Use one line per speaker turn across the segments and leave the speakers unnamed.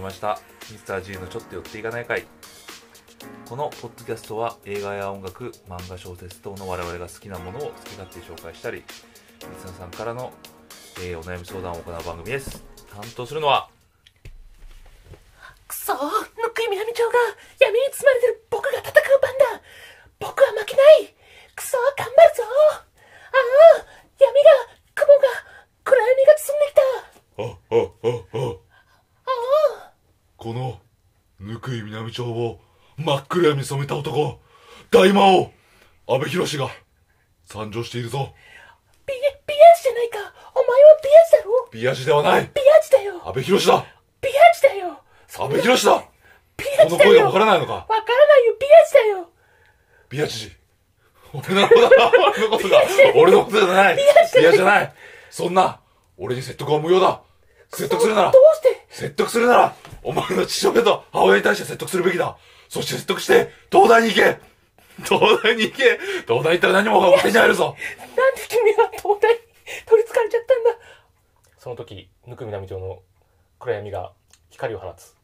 ましたミスター G のちょっと寄っていかない会このポッドキャストは映画や音楽漫画小説等の我々が好きなものを好き勝手紹介したりリスナーさんからの、えーお悩み相談を行う番組です担当するのは
くそーのっくい南町が闇に包まれてる僕が戦う番だ僕は負けないくそー頑張るぞーああ闇が雲が暗闇が包んできたあ
ああああ
あ
このぬくい南町を真っ暗闇に染めた男大魔王阿部寛が参上しているぞ
ビビアージじゃないかお前はビアージだろ
ビアジではない
ビアージだよ
阿部寛だ
ビアージだよ
阿部寛だ
ビアー
こ
ジ
の
だ
声が
よ
わからないのか
わからないよビアージだよ
ビアジ俺のことだ俺のことだ俺のことじゃないビアじゃないそんな俺に説得は無用だ説得するなら
どうして
説得するならお前の父親と母親に対して説得するべきだそして説得して東大に行け東大に行け東大行ったら何もが手に入るぞ
なんで君は東大に取りつかれちゃったんだ
その時ぬくみなみ町の暗闇が光を放つ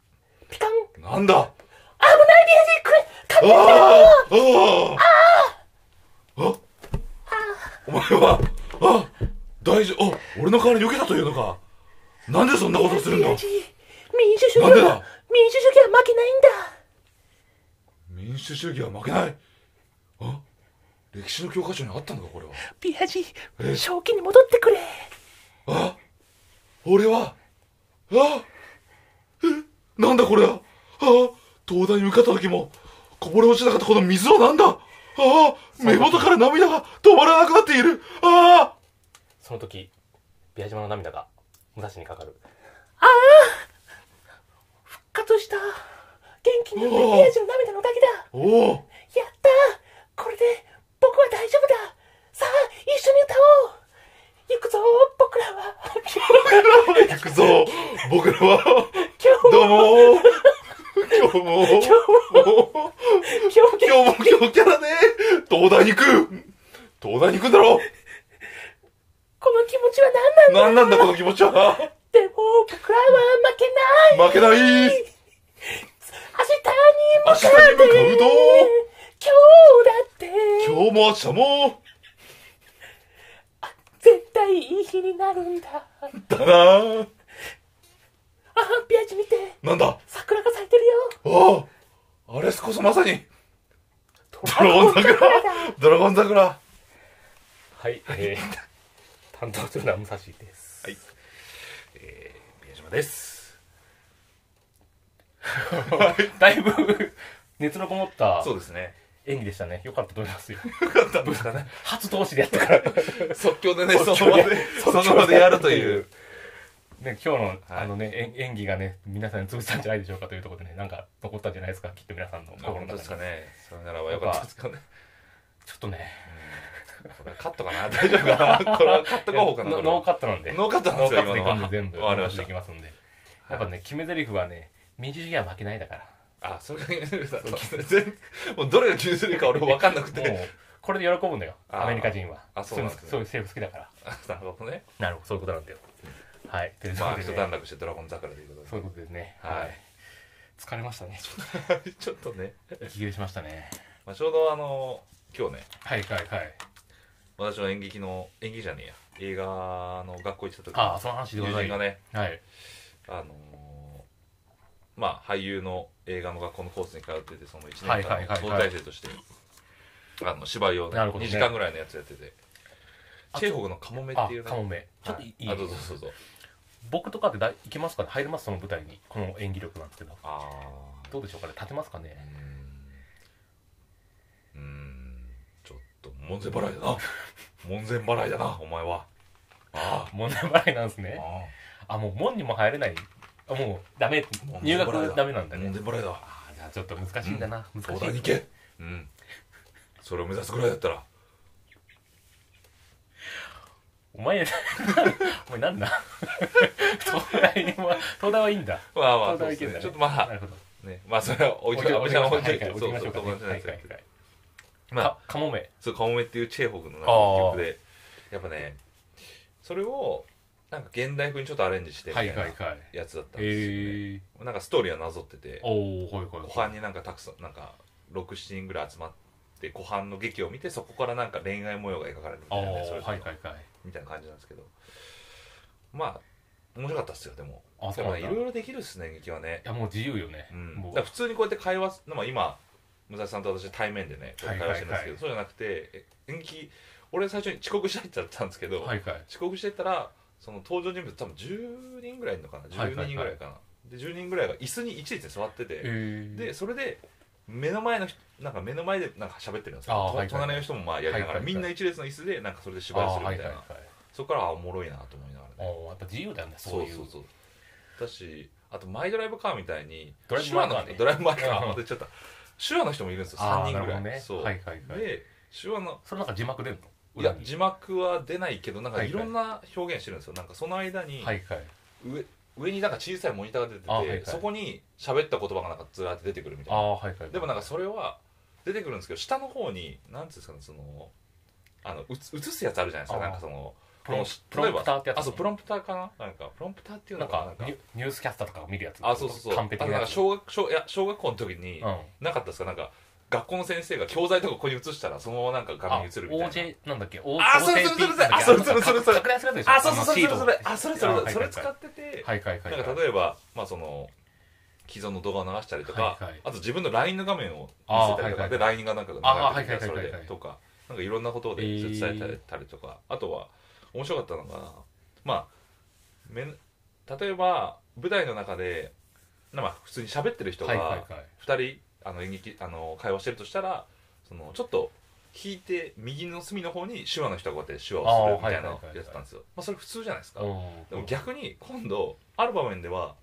ピカン
なんだ
危ないビアージくれ勝
あ
手に
ああああお前はあ大丈夫あ俺の代わりに避けたというのかなんでそんなことをするんだ
民主主義
なんでだ
は民主主義は負けないんだ
民主主義は負けないあ歴史の教科書にあったのかこれは
ビアジ
え
正気に戻ってくれ
あ俺はあえなんだこれはあ東大に受かった時もこぼれ落ちなかったこの水はなんだあ目元から涙が止まらなくなっているあ
その時ビア島の涙が武蔵にかかる
カットした元気になっ
おお
てビアジの涙のおかげだ
おお
やったーこれで僕は大丈夫ださあ一緒に歌おう行くぞー僕ら は
行くぞ僕らは
今日
ど
も
うも今日も
今日も
今日も今日キャラで東大に行く東大に行くんだろ
この気持ちは何なんだ
なんなんだこの気持ちは
でも僕らは負けない
負けない明日に
明日に向かって
向かうぞ
今日だって
今日も明日も
絶対いい日になるんだあ
だな
ビアジ見て
なんだ
桜が咲いてるよ
あああれこそまさにドラゴン桜ドラゴン桜は
はい、えー、担当するのは武蔵です
いえー、宮島です
だいぶ熱のこもった
そうですね
演技でしたねよかったと思いますよ
よかったんですかね
初通しでやったから
即興でね
即興で
その場でその場でやるという
ね今日の、あのね演演技がね皆さんに潰したんじゃないでしょうかというところでねなんか残ったんじゃないですかきっと皆さんの心の中にちょ
ねそれならば
よかったです
かね
っとね
これはカットかな大丈夫か なこれはカット候補かな
ノ
これ
ノ
は
ーカットなんで
ノーカットなんですよ
ノーカット
今
で今
のは
度全部
わかりました
できますんでやっぱね決め台詞はね民主主義は負けないだから
あそれが言えるんだ全然もうどれが気にするか俺も分かんなく
も
て
うこれで喜ぶんだよ
あー
アメリカ人は
あそうなんです
そう
ね
いうそういう政府好きだから
あ なるほどね
なるほどそういうことなんだよはいという こ
ま
と
あ
で
一
ね
段落してドラゴン桜ということで
そういうことですね
はい
疲れましたね
ちょっとね、
息切れしましたね
まあ、ちょうどあの今日ね
はいはいはい
私の演劇の演劇じゃねえや映画の学校行ってた時
ああその話で
友
ござい
人が
ます
ね
はい
あのーまあ俳優の映画の学校のコースに通っててその1
は
年
いはい
間
はい
総
はい
大生としてあの芝居を、ね
なるほど
2
ね
時間ぐらいのやつやってて
あ
チェーホフの「カモメ」っ
あ
ていうね
カモメちょっ
は
と
いい
いいい
あどうぞどうぞ
僕とかってだいいけますかね入れますその舞台にこの演技力なんですけど
ああ
どうでしょうかね立てますか
う
ね
ーんうーんちょっと門前払いだ な門前払いだなお前はあ
問題払いなんです
あ
ね
ああ
あもう門にも入れないあもうダメ
門前
入
払い
学ダメなんだ
門
ね
前払いだ
あじゃあちょっと難しいんだな難
東
しい
大に行けうんそれを目指すぐらいだったら
お前、 お前なんだ 東大は、東大はいいんだ。
まあまあそ
東
う
大
で
い
す
けん
ね
だね。
ちょっとま
な
あ
るほど。
ねまあそれは置いといておじさんは置いといてそうそう友達なんですけどまあ
カモメ。
そうカモメっていうチェーホフの曲でやっぱねそれを
なんか現代風にちょっとアレンジしてみた
はいい
な
はいはい
やつだったんですよ、ね
へえ
なんかストーリーはなぞってて
おおはいはい
湖
は
畔になんかたくさんなんか67人ぐらい集まって湖畔の劇を見てそこからなんか恋愛模様が描かれるみた
ああ
いなね、それぞ
は
れ
い
の
はいはい
みたいな感じなんですけどまあ面白かったっすよでも
あ
で
そう
も
なん
ねい
だい
ろいろできるっすね劇はね、
やもう自由よね
うん、
も
だから普通にこうやって会話すまあ今武蔵さんと私対面でねこうやって会話してるんですけど、
はい
そうじゃなくてえ演劇俺最初に遅刻したいって言ったんですけど、
はいはい
遅刻してたらその登場人物多分10人ぐらいいるのかな
はいはいは
12
い
人ぐらいかな、で10人ぐらいが椅子に一列で座ってて、
へえ
でそれで目の前の人なんか目の前でなんか喋ってるんですよ、
あー
と
はいはい
隣の人もまあやりながら、
はいはいはい
みんな一列の椅子でなんかそれで
あ
芝居
あ
するみた
はいい
な、
はいはい
そこからあおもろいなと思いなが
ああ
らね
やっぱ自由だよね
そ
そうう
そ
いうう
そうだしあとマイドライブカーみたいに
ドライブマイカー
手
ね
話のドライブマイカー
うん
また言っちゃった手話の人もいるんですよ3
ああ
人ぐ
なるほ
ら
ど
い
ね
そう、
はいはいはい
で手話の
それなんか字幕出るの
いや
裏に
字幕は出ないけどなんか
はいいはい
ろんな表現してるんですよ、なんかその間に、
はいはい
上上になんか小さいモニターが出てて、
あはいはい
そこに喋った言葉がなんかずらって出てくるみたい
あ
な
あはいはい
でもなんかそれは出てくるんですけど下の方になんていうんですかねそのあのうつ映すやつあるじゃないです
あ
か
ー
なんかその
プロ
こ
ン
の
プロンプターってやつ
あそうプロンプターかななんかプロンプターっていう
な
の
ん
かなな
か
んか
ニュニュースキャスターとかが見るやつ
あそうそうそう
完璧
あ
な
のなん
や
か
つ
小学小いや小学校の時に
うん
なかったですかなんか学校の先生が教材とかここに映したらそのままなんか画面に映るみたいな
OJ なんだっけ OJ
あそれそれそれあそれそれそれそれ
拡大するやつでしょ
あそうそうそれそれ
の
そ
シ
れ
ート
あそれそれ
あ
それ
はいはい
それ使ってて
はいはいはい
なん
は
か
い
例えばまあその既存の動画を流したりとか
はいはい
あと自分の LINE の画面を見せたりと
あーはいは
か
い
で LINE がなんか流
あーは
れ
い
て
は
き
い
た
はい
りそ
はい
れでとかなんかいろんなことで伝えたりとかあとは面白かったのがまあめん例えば舞台の中でまあ普通に喋ってる人
はいはい
が2人あの演劇あの会話してるとしたらそのちょっと引いて右の隅の方に手話の人がこうやって手話をするみたいな
あーはいはいはいはい
やつなんですよまあそれ普通じゃないですか
はい
でも逆に今度ある場面では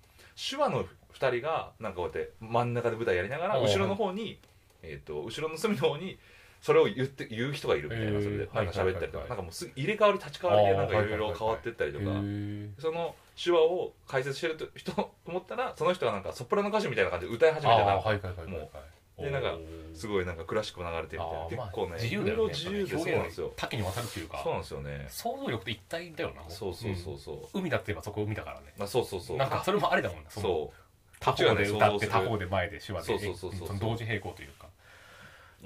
手話の2人がなんかこうやって真ん中で舞台やりながら
うん
後ろの方に、えー、と後ろの隅の方にそれを言って言う人がいるみたいな、
へー
それで
は
ないんか喋ったりとか、
はいはいはい
なんかもうす入れ替わり立ち替わりでなん
あ
か
ー
いろいろ変わってったりとか、
へー
その手話を解説してると人と思ったらその人がなんかソプラノ歌手みたいな感じで歌い始めた
あ
ら
ーはいはいはいはい
もう
おー
でなんかすごいなんかクラシックも流れてみたいな
あーまあ
結構ね
自由
い
だ
ろい
よ
ろ
ね
自由でそう
表
なん
現
ですよ
多岐にわたるというか
そうなんですよね
想像力って一体だよな
そうそうそうそう、
うん海だって言えばそこ海だからね
あそうそうそう
なんかそれもあれだもんね
あ
の
そう
他方で歌
こっちがね想像
って
す
他
る
方で前で手話で
そうそうそうそう
の同時並行というか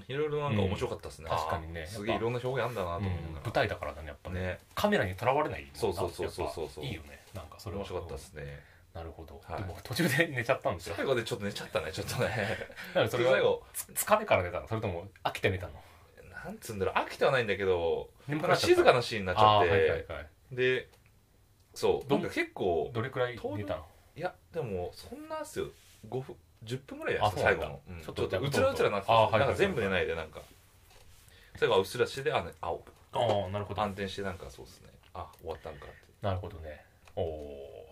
いろいろなんか面白かったですね、
うん確かにね
あーすげえいろんな表現あんだなと
う
思い
ん
なが
舞台だからだねやっぱ
ら、
ね
ね
カメラにとらわれないもんな
そうそうそうそうそうそう
やっぱいいよねなんかそれは
面白かったですね
なるほど、
はい
で僕途中で寝ちゃったんですよ
最後でちょっと寝ちゃったねちょっとね
だからそれ
最
は
後
つ疲れから寝たのそれとも飽きて寝たの
なんつうんだろう飽きてはないんだけど
眠
な
く
ん
な
か
っちゃった
静かなシーンになっちゃ
あ
っ
ーは
て、
いはいはい
でそう
ど
なんんか結構
どれくらい寝たの
いやでもそんなっすよ5分10分ぐらいじゃないですか最
あ
後
そうなんだ
の、うん
ち
ち
ょ
ょ
っ
っ
と
とうつらうつらなってた
あはいはい
なんか全部寝ないでなんか最後はうっすらしてであ、ね、あ
ああなるほど
暗転してなんかそうですねあ終わったんかって
なるほどねおお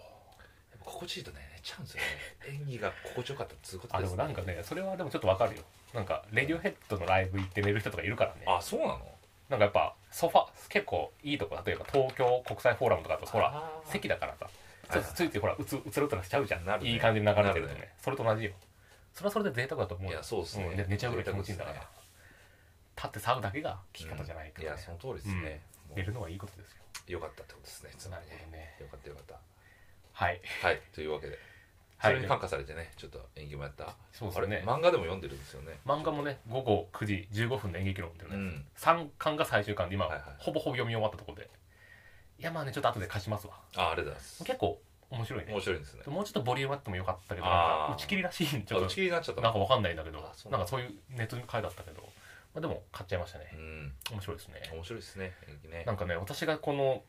やっぱ心地いいとね寝ちゃうんですよね 演技が心地よかったっつうこと
あ
で
ですも
ね
なんかねそれはでもちょっとわかるよなんかレディオヘッドのライブ行って寝る人とかいるからね
あそうなの
なんかやっぱソファ結構いいとこ例えば東京国際フォーラムとかだとほら
あー
席だからさ
はいはい
ちょっとついてほらうつうつらうつらしちゃうじゃん、
なるね
いい感じに流れてると
なる
ね
ね
それと同じよそれはそれで贅沢だと思うよ
いやそうですね
ん寝ちゃうぐらい気持ちいいんだから、
贅
立って騒ぐだけが聞き方じゃないか
い
ら、
や
ね
その通りですね、もう
寝るのはいいことですよ
よかったってことですねつまりねよかったよかっ
はい
たはいというわけで
は
そ
い
れに感化されてねちょっと演技もやった、
そうです
あ
よ
れ
ね
漫画でも読んでるんですよね
漫画もね午後9時15分の演劇論ってい
う
うね、
ん
3巻が最終巻で今、
はいはい
ほぼほぼ読み終わったところでいやまあねちょっと後で貸しますわ
あありがとうございます
結構面白いね
面白いんですね
もうちょっとボリュームあってもよかったけど
あ
なん
ー
か打ち切りらしいん
ち
ち
ょっ
ょ
と
っ
打ち切りになっちゃった
と
の
なんかわかんないんだけど
あそう
なんかそういうネットの回だったけど、まあ、でも買っちゃいましたね
うん
面白いですね
面白いですね演技ね
なんかね私がこの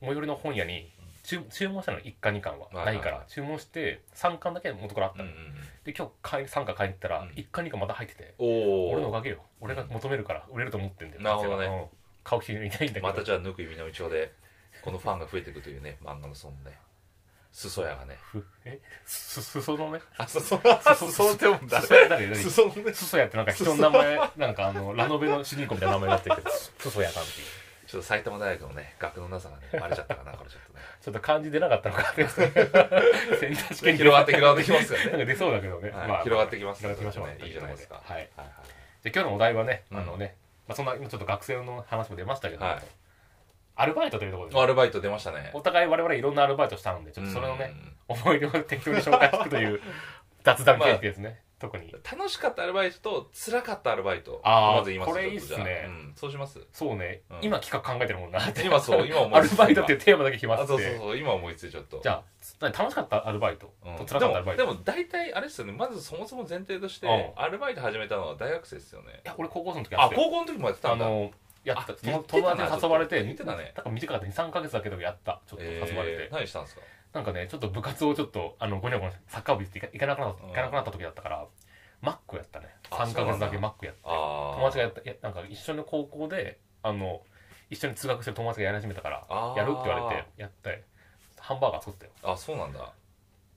最寄りの本屋に注注文したの1巻2巻はないか
はいはいは
ら注文して3巻だけ元からあっ
う
た
んう
の
んうん
で今日買い3巻買いに行ったら
うん
1巻2巻また入ってて
お
俺のお
お
かげよ俺が求めるから売れると思ってんだよ
なるほどね
うん買う人いないんだけど
またじゃあぬくいみの道をでこのファンが増えていくというね 漫画の存在裾やがね
ふえす裾のね
あそそ
裾
そって読んだ
裾や誰誰
裾のね
裾やってなんか人 の名前なんかあのラノベの主人公みたいな名前になってるけど 裾やさんっていう
ちょっと埼玉大学のね学のなさ がねバレちゃったかなこれちょっとね
ちょっと漢字出なかったのかって 選択肢
広がって広がってきますよ
な
ね
んか出そうだけどね、
はい
まあ、
広がってきます
広がってきましょう、
ねいいじゃないですか
は
は
い
いはい
じゃあ今日のお題はね、
うん
あのね、まあ、そんな今ちょっと学生の話も出ましたけど、
はい
あアルバイトというところで
アルバイト出ましたね
お互い我々いろんなアルバイトしたのでちょっとそれのね
うん
思い出を適当に紹介していくという雑談形 式ですね、特に
楽しかったアルバイトと辛かったアルバイト
あー
まず言います
これいいっ
ち
すね
ょとじゃあうん、そうします
そうね、
うん
今企画考えてるもんなっ て
今 そう今思
ア
いつ
ル
いた
バイトっていうテーマだけ決ま
あ
って
そうそうそう今思いついちゃった
じゃあつ何楽しかったアルバイト
うん
と辛かったアルバイ
で
ト、
も
い
でも大体あれですよねまずそもそも前提として、
うん
アルバイト始めたのは大学生ですよね
や俺高校生の時やっ
あ
てたよ
高校の時もやってた
あ
んだ
のやっ
あ
たそ
言
の
ってたな
友達に誘われて
言ってたね
なんか短かった23か月だけどやったちょっと誘
えー
われて、
何したんですか
なんかねちょっと部活をちょっとあのごにゃごにゃサッカー部行って行か行かなくなった
うん
行かなくなった時だったからマックやったね
あ
3
そ
か
うな
月
んだ
だけマックやって
あ
友達が
が
やったいやなんか一緒の高校であの一緒に通学してる友達がやり始めたから
あー
やるって言われてやってハンバーガー作ったよ
あそうなん だ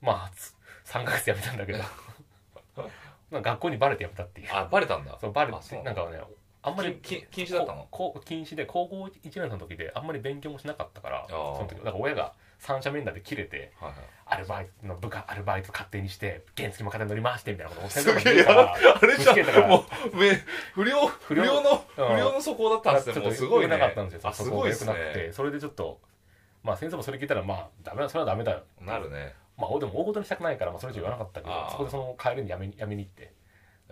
まあつ3ヶ月やめたんだけどなんか学校にバレてやめたっていう
あバレたんだ
そうバレ
あそ
て
う
なんかねあんまり
き禁止だったの
ここう禁止で高校1年生の時であんまり勉強もしなかったから
ー
その時だから親が三者面談で切れて
はいはい
アルバイトの部下アルバイト勝手にして原付も勝手に乗り回してみたいなことを教え
す
てもらっ
げ
て
え
る
や
から
ばあれじゃ
見つけたか
ん
ら
もうめ不良不
不良
良の不
うん
良の素行だったんです
ち
ね
ょ
も
っ
う
と
すごい
良くなかったん
ね
ですよ
あ
そ
す
こ
ごいで
良
す
くなくて
ね
それでちょっとまあ先生もそれ聞いたらまあダメだそれはダメだよ
なるね
まあでも大事にしたくないからまあそれ以上言わなかったけ
あ
ど
ー
そこでその帰りにやめにやめに行って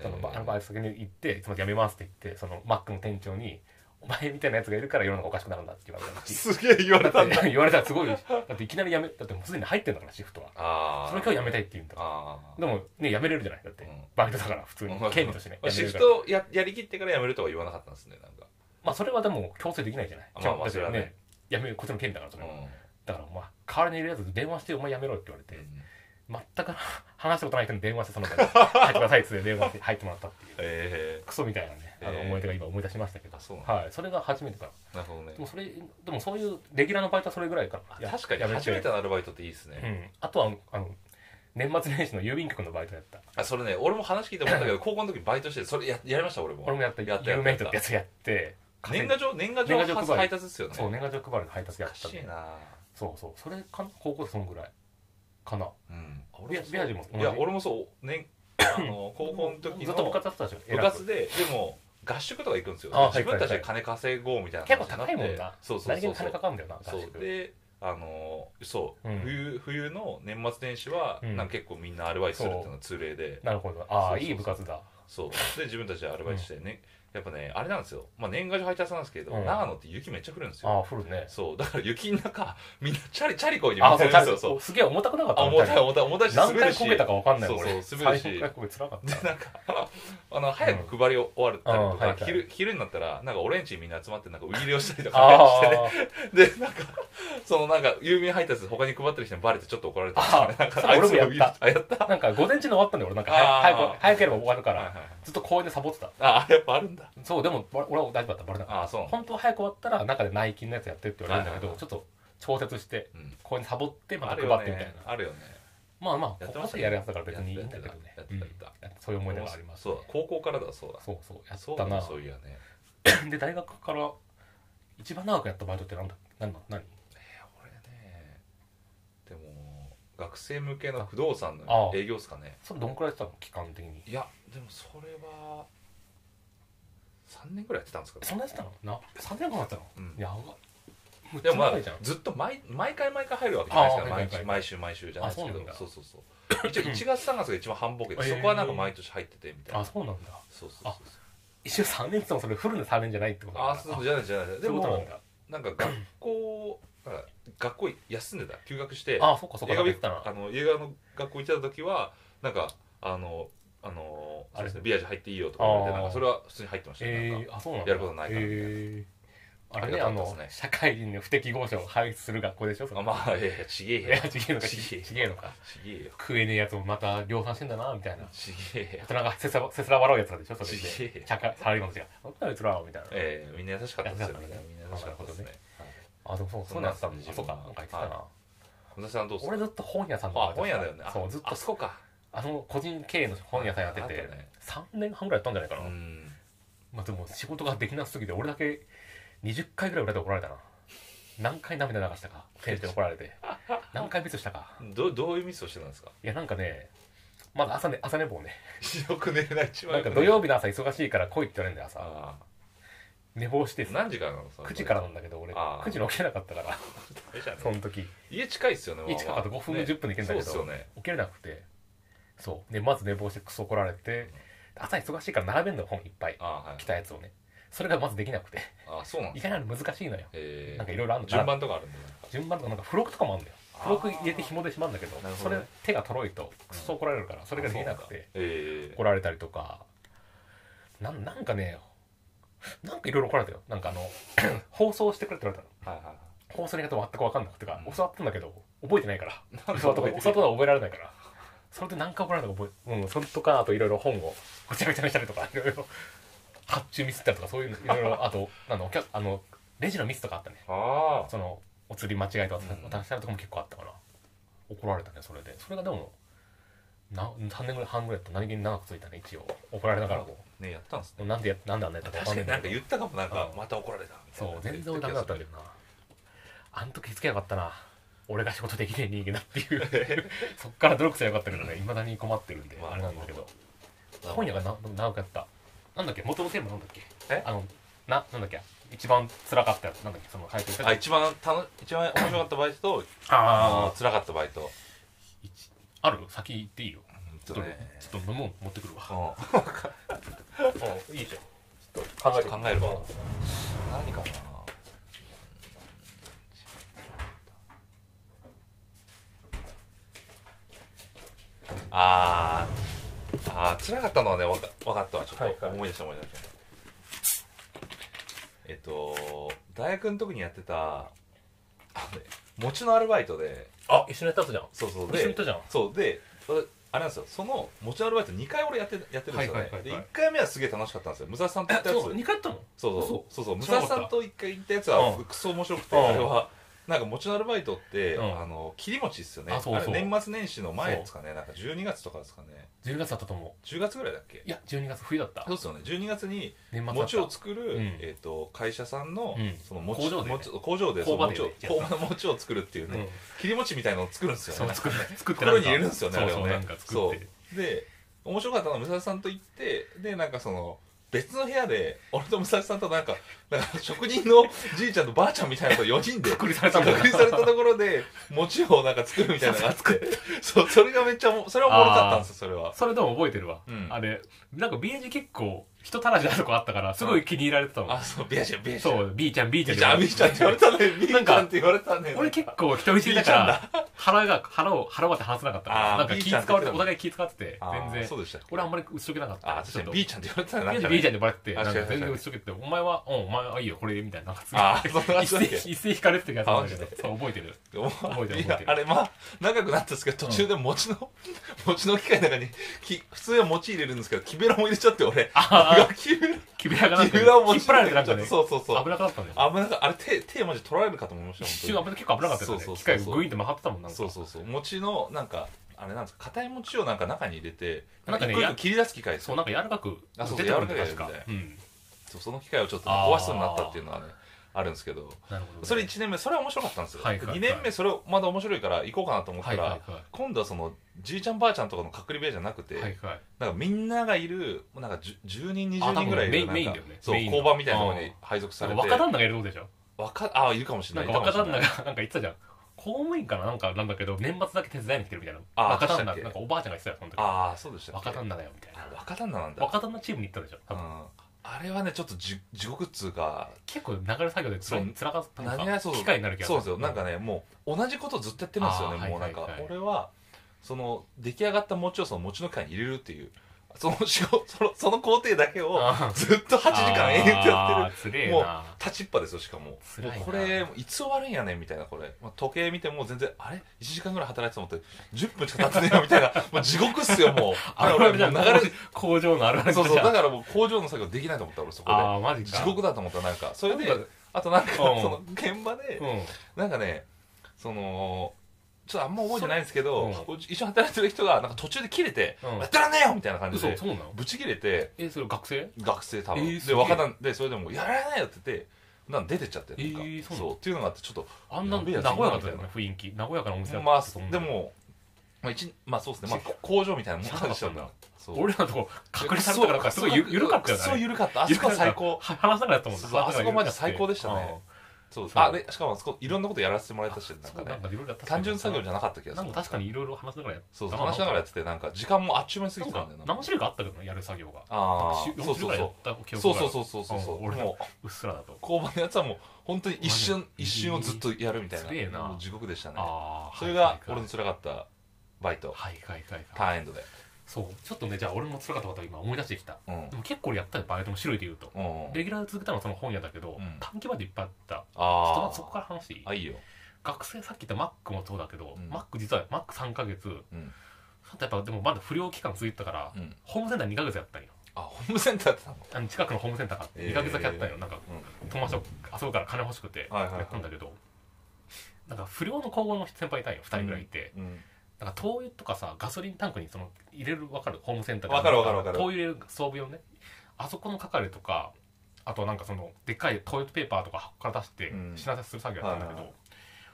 その
えー
まあアルバイト先に行って「つまりやめます」って言ってそのマックの店長に「お前みたいなやつがいるから世の中おかしくなるんだ」って言われ たらしい
すげえ言われた
だ
ん
っ
だ
て言われたらすごいだっていきなりやめだってもうすでに入ってんだからシフトは
ああ
それからやめたいって言うんだから
ああ
でもねやめれるじゃないだって、
うん
バイトだから 普通に
うん
権利としてねやめ
シ
れる
フ
から
トややりきってから辞めるとは言わなかったんですねなんか、
まあそれはでも強制できないじゃない
あまあまあ
だって
それはね
やめるこっちの権利だからそれは、
う
だからまあ代わりにいるやつ電話してお前やめろって言われて、
ん、
全く話したことない人に電話してその場で入ってくださいっつって電話して入ってもらったっていう
え
クソみたいなねあの
えー
思い出が今思い出しましたけど、
あそうなんだ
はいそれが初めてかな
えなるほどね
でもそれでもそういうレギュラーのバイトはそれぐらいかな
確かに
やめ
初めてのアルバイトっていいです
う
ね、
ん、あとはあの年末年始の郵便局のバイトやった
あそれね俺も話聞いて思ったけど高校の時バイトしてそれややりました俺も
俺もやった
やったや
有
った
名人ってやつやって
年賀状年賀状
年賀状配り
配達ですよね
そう年賀状配るの配達や
お
っ
か
たん
しい
で
な
そうそうそれかな高校でそんぐらいかな
うんあ俺
ビア
もそう
ビアジも
いや俺もそう年あ の高校の時
ずっと部
の
活やってたでしょ
部活ででも合宿とか行くんですよ
あ
自分たち
は
で
い
金稼ごうみたいな
結構
話になっ
高
て
いもんな
そうそう
何気
そ
に
うそ
金
う
かかるんだよな
そ
合
う
宿
であのーそう、
うん
冬冬の年末年始は、
うん
なんか結構みんなアルバイトするっていうのが通例で
なるほど
そう
あ
そう
あ
そう
いい部活だ
そうで自分たちでアルバイトしてね、やっぱねあれなんですよ、まあ、年賀状配達なんですけど、
うん
長野って雪めっちゃ降るんです
あ
よ
あフルね
そうだから雪の中みんなチャリチャリこいで見
ああ
せ
そう
るんですよそう
確かにすげえ重たくなかった
あ重たい
み
重たい重たいした滑
い何
る
回
し
こけたかわかんない
そう
俺
そう滑るし
最初からこけつらかった
でなんかあの早く配りを終わったりとか、
うんうんはいはい
昼昼になったらなんかオレンジみんな集まってなんか売り入れをしたりとかね
あ
してねで、なんか、そのなんか、郵便配達他に配ってる人にバレてちょっと怒られたんですよね。なん
そ
か、
れ俺もやった
あいつの郵便あ、やった。
あなんか午前中に終わったんだよ俺なんか
あー
早く早ければ終わるか
はい
ら
はい
ずっと公園でサボってた
あ、やっぱあるんだ。
そうでも俺俺は大丈夫だったバレなかっ
あ、そう
た本当は早く終わったら中で内勤のやつやってって言われるんだけ
は
ど
い
ちょっと調節して
うん
公園でサボってま
あ
た
る
配
よ
ってみたい
ね。
な
あるよね。
まあまあ
やって
こ
ま
こ
した
で
ね
やるやつだから別にいいんだけどね
やってたやってたやって
うんそういう思い出があります
そうだ、高校からだ、そうだ。
そうそうや
そ
っ
うだ
た
な、
な
そういやね。
で大学から一番長くやったバイトってなんだなんだ何
俺ね、でも、学生向けの不動産
あ
の
あ
営業ですかね。
それどんくらいやってたの期間的に
いや、でもそれは、3年ぐらいやってたんですかね
そんなやってたのな3年間やってたの、
うん
やばむっち
で
ゃ
もまあ
長いじゃん、
ずっと毎毎回毎回入るわけじゃないです
あ
か
ー
ら
はい
毎
はいは
週
い
毎週毎週じゃないですけど
あそうなんだ
そうそうそう 一応1月3月が一番繁忙期で
え
そ
ー
こはなんか毎年入っててみたい
あ
な
そうなんだ
そうそうそう
一応3年って言ってもそれフルの3年じゃないってこと
ああそうそう
う
じゃないじゃないで
そういうことなん
も
だ
なんか学校なんか学校休んでた休学して
あそっかそっか
映
や
画
ってたな
あの映画の学校行ってた時はなんかあのあの
あ
そう
れ
ですねビアージ入っていいよとか言われて
あー
なんかそれは普通に入ってましたねなん
え
か
ー、あそうなんだ
やることないからみたいな
えー、あれ
あり
ね
が
あ
たかった
の
ですね
社会人の不適合者を排出する学校でしょそれ
あ まあいやいやちげえ
い
よ
や違えのか
ちげえよ
違えのか
ちげえよ
食えねえやつもまた量産してんだなみたいな
ちげえよ
大人がせさせすら笑うやつらでしょそれ
ちげえ
で社会サラリーマンたちが「なんだあいつら」みたいな
ええみんな優しかったですよ
優しかった
みん
ね
な優しかったですねはい
あでもそう
そ
そ
ん
う
な
な
や
や
つだもん
つだあそうかなんか言ってたな
野田さんどうですか
俺ずっと本屋さんの
あ
バイト
本屋だよね
そうずっ
あ
と
そうか
あの個人経営の本屋さんやって
ああ
て
ったね
3年半ぐらいやったんじゃないか
う
な、
ん
まあでも仕事ができなすぎて俺だけ20回ぐらい裏で怒られたな何回涙流したか店長に怒られて何回ミスしたか
どどういうミスをしてたんですか
いやなんかねまだ朝ね朝寝坊ね
よく寝れない一番
なんか土曜日の朝忙しいから来いって言われるんだよ朝
あ
寝坊して
何時からなのさ
9時からなんだけど俺
あー
9時に起きれなかったから
あれじゃんね
その時
家近いっすよね
家近かった5分10分で行けんだけど
そうっすよね
起きれなくてそうでまず寝坊してクソ怒られて朝忙しいから並べんのよ本いっぱい
ああはい
来たやつをねそれがまずできなくて
ああそうなん
意
だ
外なの難しいのよ
えー
なんかいろいろあんの
順番とかあるんだよ
順番とかなんか付録とかもあるんだよ
あー
付録入れて紐でしまうんだけど
なるほ
そ
どね
れ手がとろいとクソ怒られるからそれができなく
あそうなん
て
だえ
怒られたりとかなんなんかねなんかいろいろ怒られたよなんかあの 放送してくれって言われたの
えはいはいはい
放送のやり方全く分かんなくてか教わったんだけど覚えてないから
なんで
教わっ
覚
たこ
えてない
と教わったことは覚えられないからそれで何回怒られたか覚えうんそれとかあといろいろ本をごちゃごちゃにしたりとかいろいろ発注ミスったりとかそういうのいろいろあとあのお客あのレジのミスとかあったね
あ
そのお釣り間違えて渡
うん
渡したりとかも結構あったから怒られたねそれでそれがでもな3年ぐらい半ぐらいだった何気に長くついたね一応怒られながらも
あねやったんすね
なんでやなんであんなやったか
確
分か
か
んない
に
ん
な
だ
んか言
けど
ったかもなんか
うん
また怒られたみたい
そ
な
う全然ダメだったんだけどなあの時付き合いなかったな俺が仕事できねえ人間だっていう そっから努力すればよかったけどねいまだに困ってるんで
まあ
あれなんだけど
まあ
今夜がな長くやったなんだっけ元のテーマなんだっけ
え
あのななんだっけ一番辛かったやつなんだっけその早く言った
あ一番楽一番面白かったバイトと
あ
あの辛かったバイト
一ある先行っていいよ
うん
ちょ
と
っと
ね
ちょっと飲もう持ってくるわ
うん
いいじゃん考
えてみる何かなあーあー辛かったのはねわかわかったわちょっと、
はいはい
思い出した思い出したえっと大学の時にやってたあのね餅のアルバイトで
あ一緒にやったやつじゃん
そうそう
一緒に
で
行ったじゃん
そうで俺あれなんですよその餅のアルバイト2回俺やってやってるんですよね、
はいはいはいはい
で1回目はすげえ楽しかったんですよ武蔵さんと行ったやつ
そう2回やったの
そう
嘘
そうそうそう武
知ら
蔵
なか
さ
った
んと一回行ったやつ
う
は
ん
クソ面白くて
うん
あれはなんか餅のアルバイトって
うん
あの切り餅っすよね
あそう
あ
そ
れ
う
年末年始の前ですかねなんか12月とかですかね
10月だったと思
10月ぐらいだっけ
ういや12月冬だった
そうっすよね12月に
年末だっ
餅を
た
作る
うん
えーと会社さんの
うん
その餅
工場でね
餅工場でその
工場で
餅を
ね
工場の餅を作るっていう
うん
ね切り餅みたいのを作るんですよ
そう
ね
作 って作って
袋に入れるんですよねあ
そう
れ
そ
を
うな
ね
んか作って
そうで面白かったのは武蔵さんと行ってでなんかその別の部屋で俺と武蔵さんとなんかなんか職人のじいちゃんとばあちゃんみたいなのと4人で
隔離されたもんな
隔離されたところで餅をなんか作るみたいなのがあってそうそれがめっちゃおもそれはおもろかったんですよそれは
それでも覚えてるわ
うん
あれなんか BH 結構人たらしなとこあったからすごい気に入られてたもん
あそうビアちゃんビアちゃん
そう B ちゃん B ち
ビ
ゃ
ア
ん
ちゃんビアちゃんって言われたねビ
な
ア
ん
ちゃ
か
んって言われたね
俺結構人見知りだから腹が腹を腹割って話せなかったから
あー
なんか
B
気
ちゃんって
使われてお互い気使ってて
あー
全然
そうでしたっけ
俺あんまり打ち解けなかった
あ確か
ちょ
に
っと
ビアちゃんって言われたねなん
い
か
や
ね
いいじゃんでバレて、
あ
なんか
違う違う
全然打ち解けて、お前は、うん、お前はいいよ、これで、みたいな、なんか次、
あーそんな感じだっけ
一斉、一斉引かれてたやつなんだけ
あ
ど
マ、
そう、覚えてる。
覚
覚えてる
い
覚え
や
てる
あれまあ長くなったんですけど途中で餅の、 餅の機械の中にき普通は餅入れるんですけど木べらも入れちゃって俺
あ
木べら
木べらがなん
木
か、
べらを
引
餅
っ張られてなんかね、
そうそうそう
危なかったんだよ。
危なかったあれ手手マジ取られるかと思いました
一
本当に
瞬危な結構危なかったよ
そう
ね
そうそうそう。
機械がグイーンって曲がってたもん、なんか。
そうそうそう餅のなんかあれなんですか硬い餅をなんか中に入れて
な
なんんか
かね
一個一個切り出す機械
そうなんか柔らかく
あそう
出てくるん
柔
だ
ら
よ、
か
確
くや
か
るみた。
うん。
そうその機械をちょっとね
あー
壊しそうになったっていうのはねあるんですけど
なるほどね。
それ1年目それは面白かったんですよ、
はいはいはい
2年目それまだ面白いから行こうかなと思った
はい
ら、
はいは
今度はそのじいちゃんばあちゃんとかの隔離部屋じゃなくて、
い。はいはい。
なんかみんながいるもうなんかじゅ 10, 人
あ
20人ぐらいいる
多分
な
メ
んか
インメインだよね
そう
メインの
交番みたいなところに配属さ
なん
れ
か
て
若旦那がいることでしょ。
若ああいるかもしれ
な
なんい
か若旦那が
いたかもしれない、
なんか言ってたじゃん。公務員かななんかなんだけど、年末だけ手伝いに来てるみたいな。
あー
若旦那、
でしたっけ
なんかおばあちゃんが言ってたよ、その時。
ああそうでしたっけ
若旦那だよ、みたいな。
あ若旦那なんだ
若旦那チームに行ったんでしょ、多
うん
分
あれはねちょっとじ地獄っつうか
結構流れ作業でつら
そう
つらかったの
何が
か
そう
機械になる気が
そうですよなんかねもう同じことずっとやってるんですよ
あ
ね
ー
もうなん
はいは
か
いはい
俺はその出来上がった餅をその餅の機械に入れるっていうその仕事そのその工程だけを
あー
ずっと8時間延々とやってる
あーつれえ
もう
な
立ちっぱですよしかもも
辛いな
うこれいつ終わるんやねんみたいなこれ、まあ、時計見てもう全然あれ1時間ぐらい働いてたと思って10分しか経ってねえよみたい なもう地獄っすよもう
ある
俺も
ある
う
じゃん
流
流
れ
れ工場のあるあるじ
そ
ゃ
うんそうだからもう工場の作業できないと思った俺そこ
ああマ
で
ジか
地獄だと思ったなんかそれで
なんか
あとなんかそ
うん
の現場で
うん
なんかねそのちょっとあんま覚えてないんですけど
そ
一緒に働いてる人がなんか途中で切れて「
うん
やってらんねえよ!」みたいな感じ
嘘
で
そうなの
ブチ切れて
えそれ学生
学生多分、
えーす
で
げえ
若旦でそれでもうやらないよって言ってなんか出てっちゃってなんか、
えーそうなの
っていうのがあってちょっと
あんな
や
和
べえ
や
やつ
かだったよね雰囲気和やかなお店だった
まあ
そんな
でもまあ、一まあそうですね、まあ、工場みたいなもん感じちゃうんだそう
俺らのとこ隔離されたからかすごいゆ緩かったよね
そう緩かったあそこは最高
は話さなかったもん
そうそうあそこまでは最高でしたねそう
そう
あでしかもあそこいろんなことやらせてもらえたしなん
うん
か
なん
ね
かいろいろやった
単純作業じゃなかった気がす
な
る
んか確かにいろいろ話しながらやっ
そうそう話しながらやっててなんか時間もあっちゅう間に過ぎて
なん
たん
か
だよな
何種類かあったけどねやる作業が
あ
し
あそう
40
そう
ぐらいや
そ
った記
う
憶
そう
が
そうそうそうそう
うん俺ら
もう
うっすらだと
工場のやつはもう本当に一瞬
ジ
一瞬をずっとやるみたい
すげえ
な
な
もう地獄でしたね
ああ
それが俺の辛かったバイト
はいはいはい
タ
は
ー
い
ンエンドで
そうちょっとねじゃあ俺の辛かったこと今思い出してきた
うん
でも結構俺やったよバイトも種類で言うと
うん
レギュラーで続けたのはその本屋だけど
うん
短期までいっぱいあったちょっとま
あ
ずそこから話していい
ああいいよ
学生さっき言ったマックもそうだけど、
うん
マック実はマック3ヶ月、
うん
あとやっぱでもまだ不良期間続いてたから、
うん
ホームセンター2ヶ月やったんよ
あホームセンターやってたの
あの近くのホームセンターがあって2ヶ月だけやったんよ、なんか
う
友達と遊ぶから金欲しくて
はいはいはい
やったんだけど、なんか不良の高校の先輩いたんよ2人ぐらいいて、
んうん
なんか灯油とかさガソリンタンクにその入れるわかるホームセンター
わかるわかるわかる
灯油入れる装備用ねあそこの係とかあとなんかそのでっかいトイレットペーパーとか箱から出して
うん
品出しする作業やったんだけど、
はいはい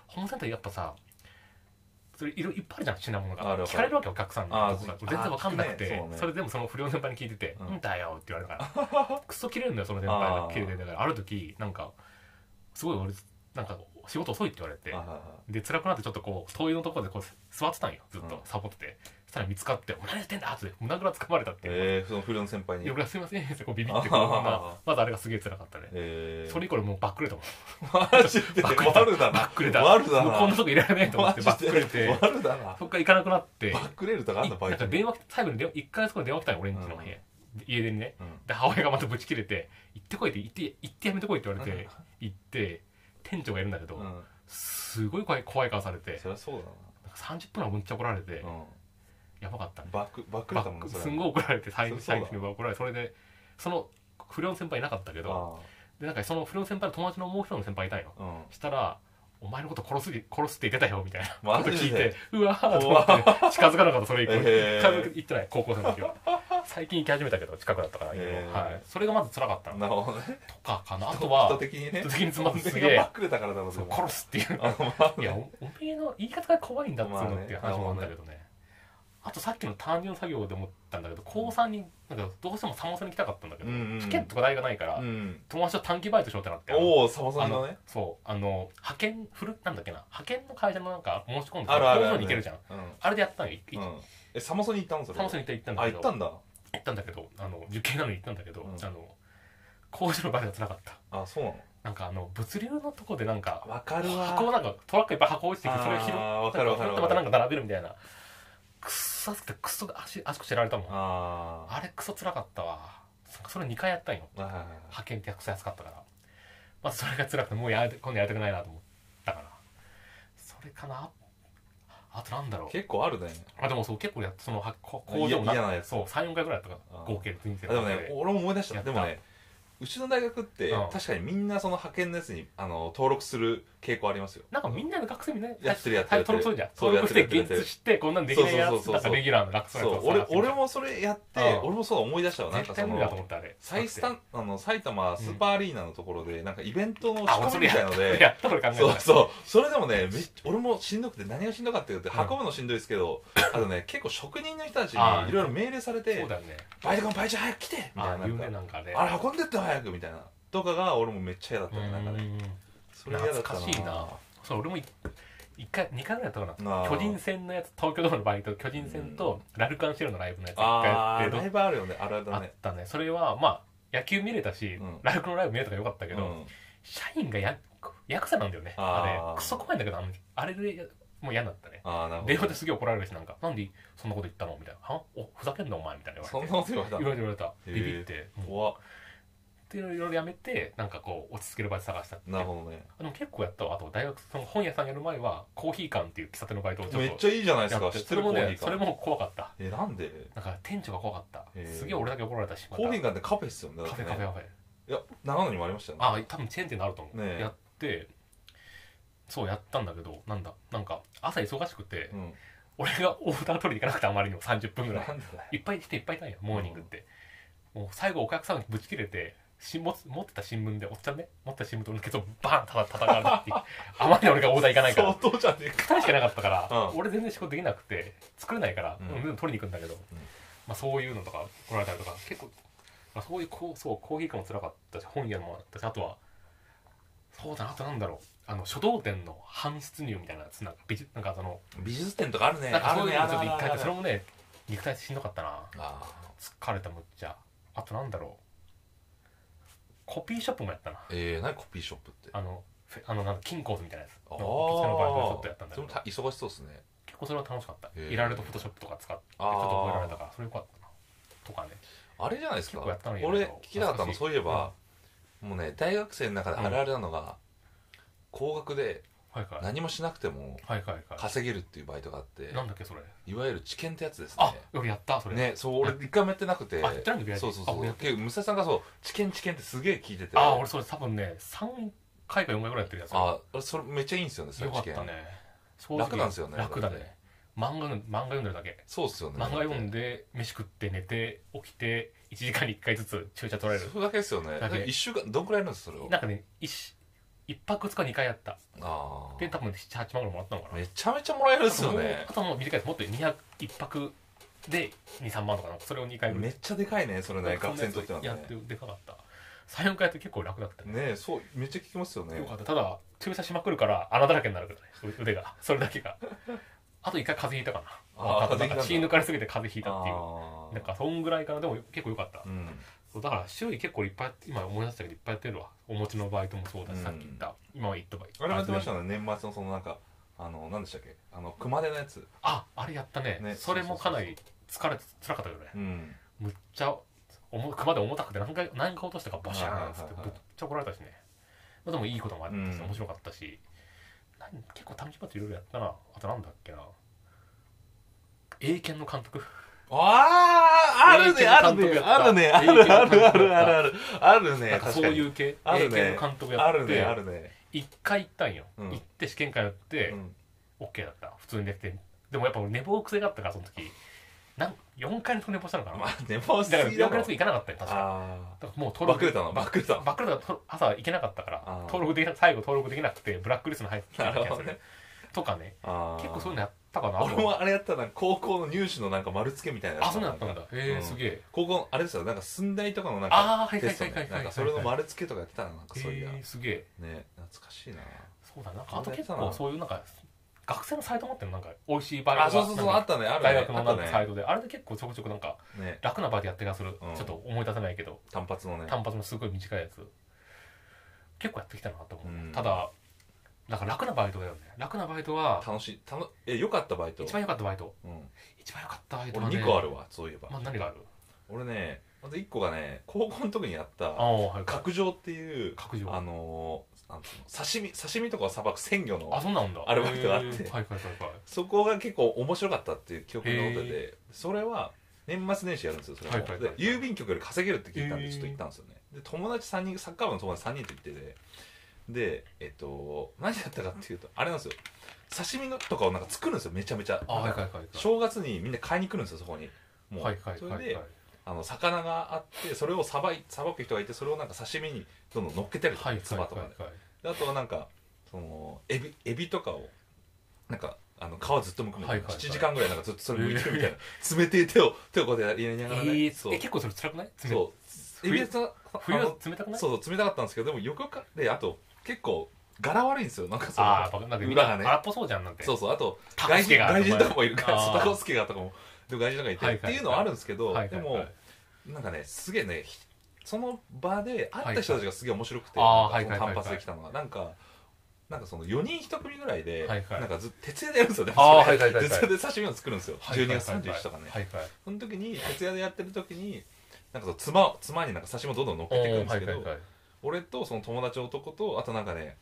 ホームセンターやっぱさそれいろいっぱいあるじゃん品物
ある
が
わ
聞
かる
かれるわけよお客さんに
あー
僕ら全然わかんなくて
聞くね
そ
そうね
れでもその不良先輩に聞いてて「
う
うんんだよ」って言われたから クソ切れるんだよその先輩が
あー
切れてだからある時なんかすごい俺なんか仕事遅いって言われて
あはいは
で辛くなってちょっとこう灯油のところでこう座ってたんよずっ
うん
とサボってて、そしたら見つかって「お前何やってんだ!」って胸ぐらつかまれたっていう、
えーその不良の先輩
い
に
や俺はすいませんってこうビビって
あ
こ
は
う
は
まあまずあれがすげえ辛かったね、
えー
それ以降もうバックレたもん
マジで
バックレた
悪だ
バ
な
ックレた
悪だな
もうこんなとこいられないと思
マ
ってバッ
ジ
クレて
で悪だな
そっから行かなくなって
バックレるとかあんだバ
な
イ
ん
ト
か
に
電話最後に電話1ヶ月後に電話来たの俺んちの部屋、家でね
うん
で母親がまたぶち切れて「行ってこい」って「行って行ってやめてこい」って言われて行って店長がいるんだけど、
うん
すごい怖い怖い顔されて
そりゃそうだ
なんか30分はむっちゃ怒られて、
なうん
やばかったね
バックバックレ
バ
たもん
ッ
な
ク
それ
すんごい怒られて最後
そりゃ
最
そうだ
後に怒られてそれでその不良の先輩いなかったけど
あ
でなんかその不良の先輩の友達のもう一人の先輩いたんよ
あうん
したら「お前のこと殺す殺すって言ってたよ」みたいな
マ
こと
ジ
聞い
で
てうわーと思って近づかなかったそれ以降に
えー
近づく行ってない高校生の 時は最近行き始めたけど近くだったから、
えー
はい、それがまず辛かったの
なるほどね
とかかなあと
人
は
的にね
人的にまずす
人
げ
がバッ
え
クレたからだろう
そう
も
殺すっていう
あまあ
いや、おおめえの言い方が怖いんだっつう
まあ
の
ね
っていう話もあったけどね。あとさっきの単純作業で思ったんだけど、高3に、なんかどうしてもサモサに行きたかったんだけど、
うんうんうん
チケットとか代がないから、
うん
友達と短期バイトしようってなって、
おおサボさ
あ
ん
の
のね
そう、あの、派遣、フル、なんだっけな、派遣の会社のなんか申し込んで、
あるあるあ
工場
る
に行けるじゃん。
う
あれでやったのよ、い
んうんえサモソに行ったのそれ
サモサに行った行ったんだ
あ
け
行
ど、
ったんだ
行ったんだけど、あの、受験なのに行ったんだけど、
うん
あの、工場のバイトが辛かった。
あそうな
なんかあの、物流のとこでなんか、
のわかるわ
箱をなんかトラックいっぱい箱落ちてきてそれを拾って
あーわかるわかるわかる
またなんか並べるみたいなくっさくてくっそ足足腰やられたもんあ
あ
れくそ辛かったわそそれ2回やったんよ
あはいはいはい
派遣ってくそ安かったからまあそれが辛くてもうやめて今度やりたくないなと思ったからそれかなあとなんだろう
結構あるね
あでもそう結構やったそのはこ
いや
工場な
嫌なやつ
そう34回ぐらいやったか
あ
ら
ー
合計で人生
あでもね
で
俺も思い出し
や
た
った
でもねうちの大学って
うん
確かにみんなその派遣のやつにあの登録する傾向ありますよ
なんかみんなの学生みんな
やってるやってるやってる
登録するじゃん
そう
登
やってる
録して
やってる
現実してこんなんできないや
そうそうそ
つ
うそう
なんかレギュラーの楽そうな
そ
や
う
つを
俺
探してみたい
俺もそれやって
うん
俺もそうだ思い出したわなんか
絶対
そ
無理だと
の
思ったあれ
サイスタあの埼玉スーパーアリーナのところでなんかイベントの仕
あ俺
込
そ
みみ
れ
たい
やっ
の
た
で
やった俺考えた
そうそうそれでもねめっち俺もしんどくて何がしんどかったかって運ぶのしんどいですけど、あとね結構職人の人たち
あ
に
ー
いろいろ命令されて
そうだよね
「バイト君バイト早く来て!」みたい
あ
な
有
な
名
んか
なんかね
あれ運んでって早く!」みたいなとかが俺もめっちゃ嫌だった
う
ねなんかね
ん
それ嫌だった
懐かしいなそう俺もい一回二回ぐらいやったか
あ
な
ー
巨人戦のやつ東京ドームのバイト巨人戦とラルカンシェルのライブのやつ一回
あ
や
ー
って
ライ
ど
ブあるよねあれ
あ
だ
っ
ね
たねそれはまあ野球見れたし
うん
ラルクのライブ見れたからよかった
う
けど
ん
社員がやヤクザなんだよね
あー
あれクソ怖いんだけどあのあれでやもう嫌だったね
あーなるほど
電話ですげえ怒られるしなんかなんでそんなこと言ったのみたいなはおふざけんなお前みたいな言われて
そんなこと言われた
いろいろ言われた
へー
ビビってもう
怖っ
っていうのをいろいろやめてなんかこう落ち着ける場所探したって
なるほどね
でも結構やったわあと大学その本屋さんやる前はコーヒー館っていう喫茶店のバイトをちょっと
めっちゃいいじゃないです
や
か
っ
知
て
っ
そ
て
れ
るコー
も
ヒー
ね
館
それも怖かった
えなんで
なんか店長が怖かった
へー
すげえ俺だけ怒られたしま
コ
た
ーヒー館ってカフェっすよねだっ
カフ
て
ェカフェ
ね
カフェ
いや長野にもありましたよね
あ多分チェーン店のあると思う、
ねえ
やってそうやったんだけどなんだなんか朝忙しくて、
うん
俺がオーダー取りに行かなくてあまりにも30分ぐ
な
らい
んでだよ
いっぱい人いっぱいいたんやモーニングって、もう最後お客さんにぶち切れてし持つ持ってた新聞でおっちゃんね持ってた新聞と俺のケツをバーンたた叩かれたっていう あまりに俺が大台行かないから
相当じゃねえか
2人しかいなかったから、
うん
俺全然仕事できなくて作れないから、
うん
うん全部取りに行くんだけど、まあ、そういうのとか来られたりとか結構、まあ、そういうこうそうコーヒー館も辛かったし本屋もあったしあとはそうだなあとなんだろうあの書道展の搬出入みたいなやつなんか美術なんかその
美術展とかあるね
なんか
あ
そ
る
うい
ね
う
あ
の
る
ちょ
ねあ
っと一回やってそれ
る
もね肉体しんどかったな
あー
疲れたむっちゃあとなんだろうコピーショップもやったな
えー、何コピーショップって
あのフェあのなんか金庫図みたいなやつ
ああ
のピッチのバイトでちょっとやったんだ
そ
け
れも
ど
た忙しそうですね
結構それは楽しかった
へえ
いられとフォトショップとか使ってち
あ
ょ
ー
っと覚えられたからそれよかったなとかね
あれじゃないですか
結構やったのいいな
俺聞きたかったの
懐かしい
そういえば、もうね大学生の中であるあるなのが、高額で
はいはいはい
何もしなくても
はいは
稼げるっていうバイトがあって
いなんだっけそれ
いわゆる知見ってやつです
あ
ね
俺やったそれ
ね、そう俺一回もやってなくて
あやってないんだビラジ
そうそう
あ
そ
俺や
う
って
けど武蔵さんがそう知見知見ってすげえ聞いてて
あ俺それ多分ね3回か4回ぐらいやってるやつ
あ俺それめっちゃいいんですよねそ
よ
れ
か
知
った
見
ね正直
楽なんですよね
楽だ
だって
ね漫画の漫画読んでるだけ
そうっすよね
漫画読ん
で
で飯食って寝て起きて1時間に1回ずつ注射取られる
それだけですよね
だけ
一週間どんくらいやるんですそれを
なんかね 1, 一泊2日2回やった
あ
で
ー
多分78万ぐらいもらったのかな
めちゃめちゃもらえるっすよね
あともうあともう短いですもっと200一泊で23万とかなんかそれを2回ぐら
め
い
っちゃでかいねそれね学生にとっては
や
ね
ってでかかった34回やって結構楽だったね
ねそうめっちゃ聞きますよね
よかったただ注射しまくるから穴だらけになるからね腕がそれだけがあと1回風邪ひいたかな
あー
わかんない
風邪ひいたんだ
なんか血抜かれすぎて風邪ひいたっていう
あー
なんかそんぐらいかなでも結構よかった
うん
そうだから周囲結構いっぱいやって今思い出したけどいっぱいやってるわお餅のバイトもそうだし、
うん
さっき言った今は言ったバイト
あれもやってましたね年末のそのなんかあの何でしたっけあの熊手のやつ
ああれやったね
ね
それもかなり疲れて辛かったけどね
うん
むっちゃおも熊で重たくて何回何回落としたかバシャーンっつって
はいはいはいはい
ぶっちゃ怒られたしねまあでもいいこともあったし、
うん
面白かったし何結構短期バイトいろいろやったなあとなんだっけな英検の監督
あーあるねある
英検の
ね
監督やった
あるねあるあるあるあるあるある
な
ね
んか
確
そう
か
い
に
う系、
あ
英
るね
検の監督や
あ
っ
るねあ
て
るね
一、回行ったんよ、
うん
行って試験会やって、
うん
オッケーだった普通にできてでもやっぱ俺寝坊癖があったからその時なん4回連続寝坊したのかな、
まあでも
だから
すぎ
4
だ
回
ろ
連続行かなかったよ確か
あ
だからもう
ーバ
登録
ックれたのバックれた
バックレたらと朝行けなかったか
あ
ら
ー
登録できな最後登録できなくてブラックリストに入ってた気
なる
が
ほ
す
ど
る、
ね
とかね結構そういう
の
のやったかな
俺もあれやったな高校の入試のなんか丸付けみたいなやつ
あそういうのやったんだへえ
うん
すげえ
高校のあれですよなんか寸大とかのなんか
ああはいは
テ
い
スト
はい
ね
はい
な
は
ん
い
かそれの丸付けとかやってたななんかそういや
へえすげえ
ね懐かしいな
そうだなあと
そうやっ
結
てたな
構そういうなんか学生のサイト持ってるのなんか美味しいバイト
あそうそうそうあ
なん
っ
か
たねあるね
大学の
あ
な
っ
んか
た
サイ
ね
トであれで結構ちょくちょくなんか
ね
楽なバイトやってる気がする
うん
ちょっと思い出せないけど
単発のね
単発のすごい短いやつ結構やってきたなと思う、
うん
ただなんか楽なバイトだよね楽なバイトは
楽しい楽え良かったバイト
一番良かったバイト
うん
一番良かったバイトは、
俺
ね、
2個あるわそういえば
まあ、何がある
俺ねまず1個がね高校の時にやっ
あ
た
あはい角
角上っていう
角上
あのーなんつうの刺身刺身とかをさばく鮮魚の
あそうなんだ
アルバイトがあって
へえはいはいはい
そこが結構面白かったっていう記憶に残っ
へ
ててそれは年末年始やるんですよそれも、
はいはいはい
で郵便局より稼げるって聞いたん
へ
で
ー
ちょっと行ったんですよねで友達3人サッカー部の友達3人と行っててでえっと何やったかっていうとあれなんですよ刺身のとかをなんか作るんですよめちゃめちゃ
あはいはい
なんか
はいはい
正月にみんな買いに来るんですよそこにもう、
はいはい
そ
はいは
れ
い
であの魚があってそれをさばいさばく人がいてそれをなんか刺身にどんどん乗っけてるとか
はいはいはい
つばとかでであとはなんかそのエビエビとかをなんかあの皮ずっとむくみたいな、
はいはいはい
7時間ぐらいなんかずっとそれ剥いてるみたいな、冷てえ手を手をこうやってやりながらね、
えー
そう
え結構それ辛くない冷
そうエビはさ
冬
あ
は
の
冷たくない
そうそう冷たかったんですけどでもよくよくかであと結構柄悪いんですよなんかそ
ああやっぱ
の
なんかみん
裏が
な
ね
荒っぽそうじゃんなんて
そうそうあと
タコ
外
スケ
人
が
外人とかもいるから
あ
そ
ー
うタコスケがとかもでも外人とかいて、
はいはいはい
っていうのはあるんですけど、
はいはいはい
でもなんかねすげえねひその場で会った人たちがすげえ面白くて、
あー
なんか
は
その
いはいはいはい
単発で来たのがなんかなんかその4人1組ぐらいで、
はいはい
なんかずっと徹夜でやるんですよ ね
あーはいはいはいはい
徹夜で刺身を作るんですよ、
はいはい
12
はい
月31日とかね、
はいはい
その時に徹夜でやってる時になんかその妻を妻になんか刺身をどんどん乗っけていくんですけど、
おーはいはいはい
俺とその友達男とあとなんかね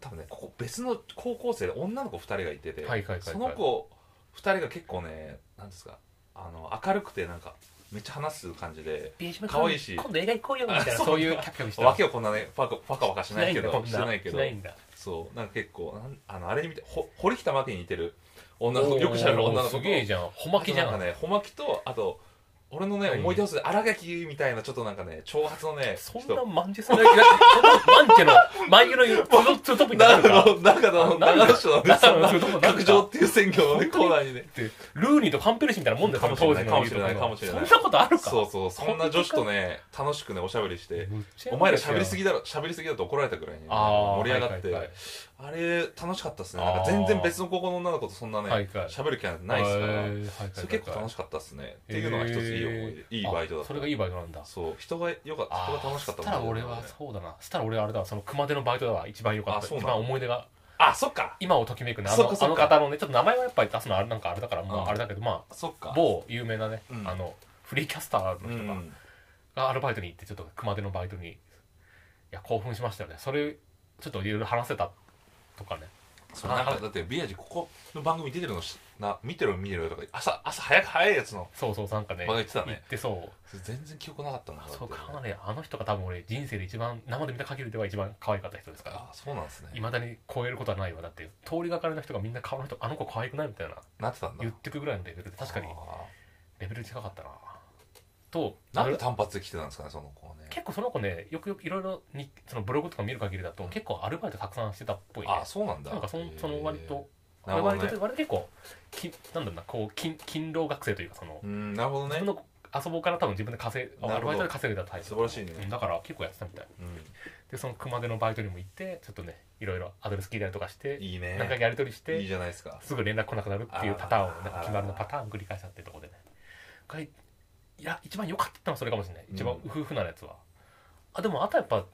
多分ねここ別の高校生で女の子2人がいてて、
はいはいはいはい
その子2人が結構ねなんですかあの明るくてなんかめっちゃ話す感じで
ビージ
可愛いし
今度映画行こうよみたいな
あ
そう
そういうキャピキャピした
わけをこんなねパカパカパカしないけど
こん
してないけど
しないんだ
そうなんか結構なんあのあれに見てほ堀北真希に似てる女の子よくしゃべる女の子
おー
と
すげえじゃんほまきじゃ
あとな
ん
んかねほまきとあと俺のね
何
思い出す荒垣みたいなちょっとなんかね挑発のね
そんなマンジェ世代嫌いマンジェの、マンジェのツートップになる
長
から。だっ
野長野の
あな
長
んだ
野市のね
長野の
そんな角上っていう選挙のねコーナーにね
て、ルーニーとカンペルシーみたいなもんだよ、
かもしれない
当時の
かもしれない
そんなことあるか
そうそうそんな女子とね楽しくねおしゃべりして
むっちゃ
お前ら喋りすぎだろ喋りすぎだと怒られたぐらいにね
あー
盛り上がっ
はいはいは
て
い
あれ楽しかったっすねなんか全然別の高校の女の子とそんなね
はいはい
喋る気なんてないっすか
へ
ら
ーはいはいはいはい
それ結構楽しかったっすねっていうのが一ついい思い
へ
出
ー
いいバイトだっ
あ
た
それがいいバイトなんだ
そう人がよかった人が楽しかった
あーしたら俺はそうだなしたら俺はあれだその熊手のバイトだわ一番良かっ
あ
た
そう
一
なの
番思い出が
あそっか
今をときめくねあ
そっ
の
かそ
あ
っ
の
か
方のねちょっと名前はやっぱり出すのはあれなんかあれだからま
う
あ
ん
あれだけどま
そっ
あ
か
某有名なね
うん
あのフリーキャスター
う
の人が
ん
がアルバイトに行ってちょっと熊手のバイトにいや興奮しましたよねそれちょっといろいろ話せたとかね
そうなんかだってビアジここの番組出てるのしな見てる見てるとか朝朝早く早いやつの
そうそうなんかね
まだ言ってたね
行ってそう
全然記憶なかったな
そう
だって
かなりあの人が多分俺人生で一番生で見た限りでは一番可愛かった人ですから
あそうなんですね
いまだに超えることはないわだって通りがかりの人がみんな顔の人あの子可愛くないみたいな
なってたんだ
言ってくぐらいのレベルで確かに
あ
レベル近かったなと
ーなんで単発で来てたんですかねその子はね
結構その子ねよくよくいろいろにそのブログとか見る限りだと結構アルバイトたくさんしてたっぽいね
あそうなんだ
なんかそんその割と
なるほど
割
ね
と割と結構きなんだろうなこう勤勤労学生というかその
うんなるほど
自
ね
分の遊ぼうから多分自分で稼い
なるほど
アルバイトで稼いだタイプ
素晴らしいね
うんだから結構やってたみたい
うん
でその熊手のバイトにも行ってちょっとねいろいろアドレス聞いたりとかして
いい
何回か
ね
やり取りして
いいじゃないですか
すぐ連絡来なくなるっていうパターンを
あー
なんか決まりのパターンを繰り返したっていうところでねがいや一番良かったのはそれかもしれない一番
う
夫婦なやつは、あでもあとやっぱ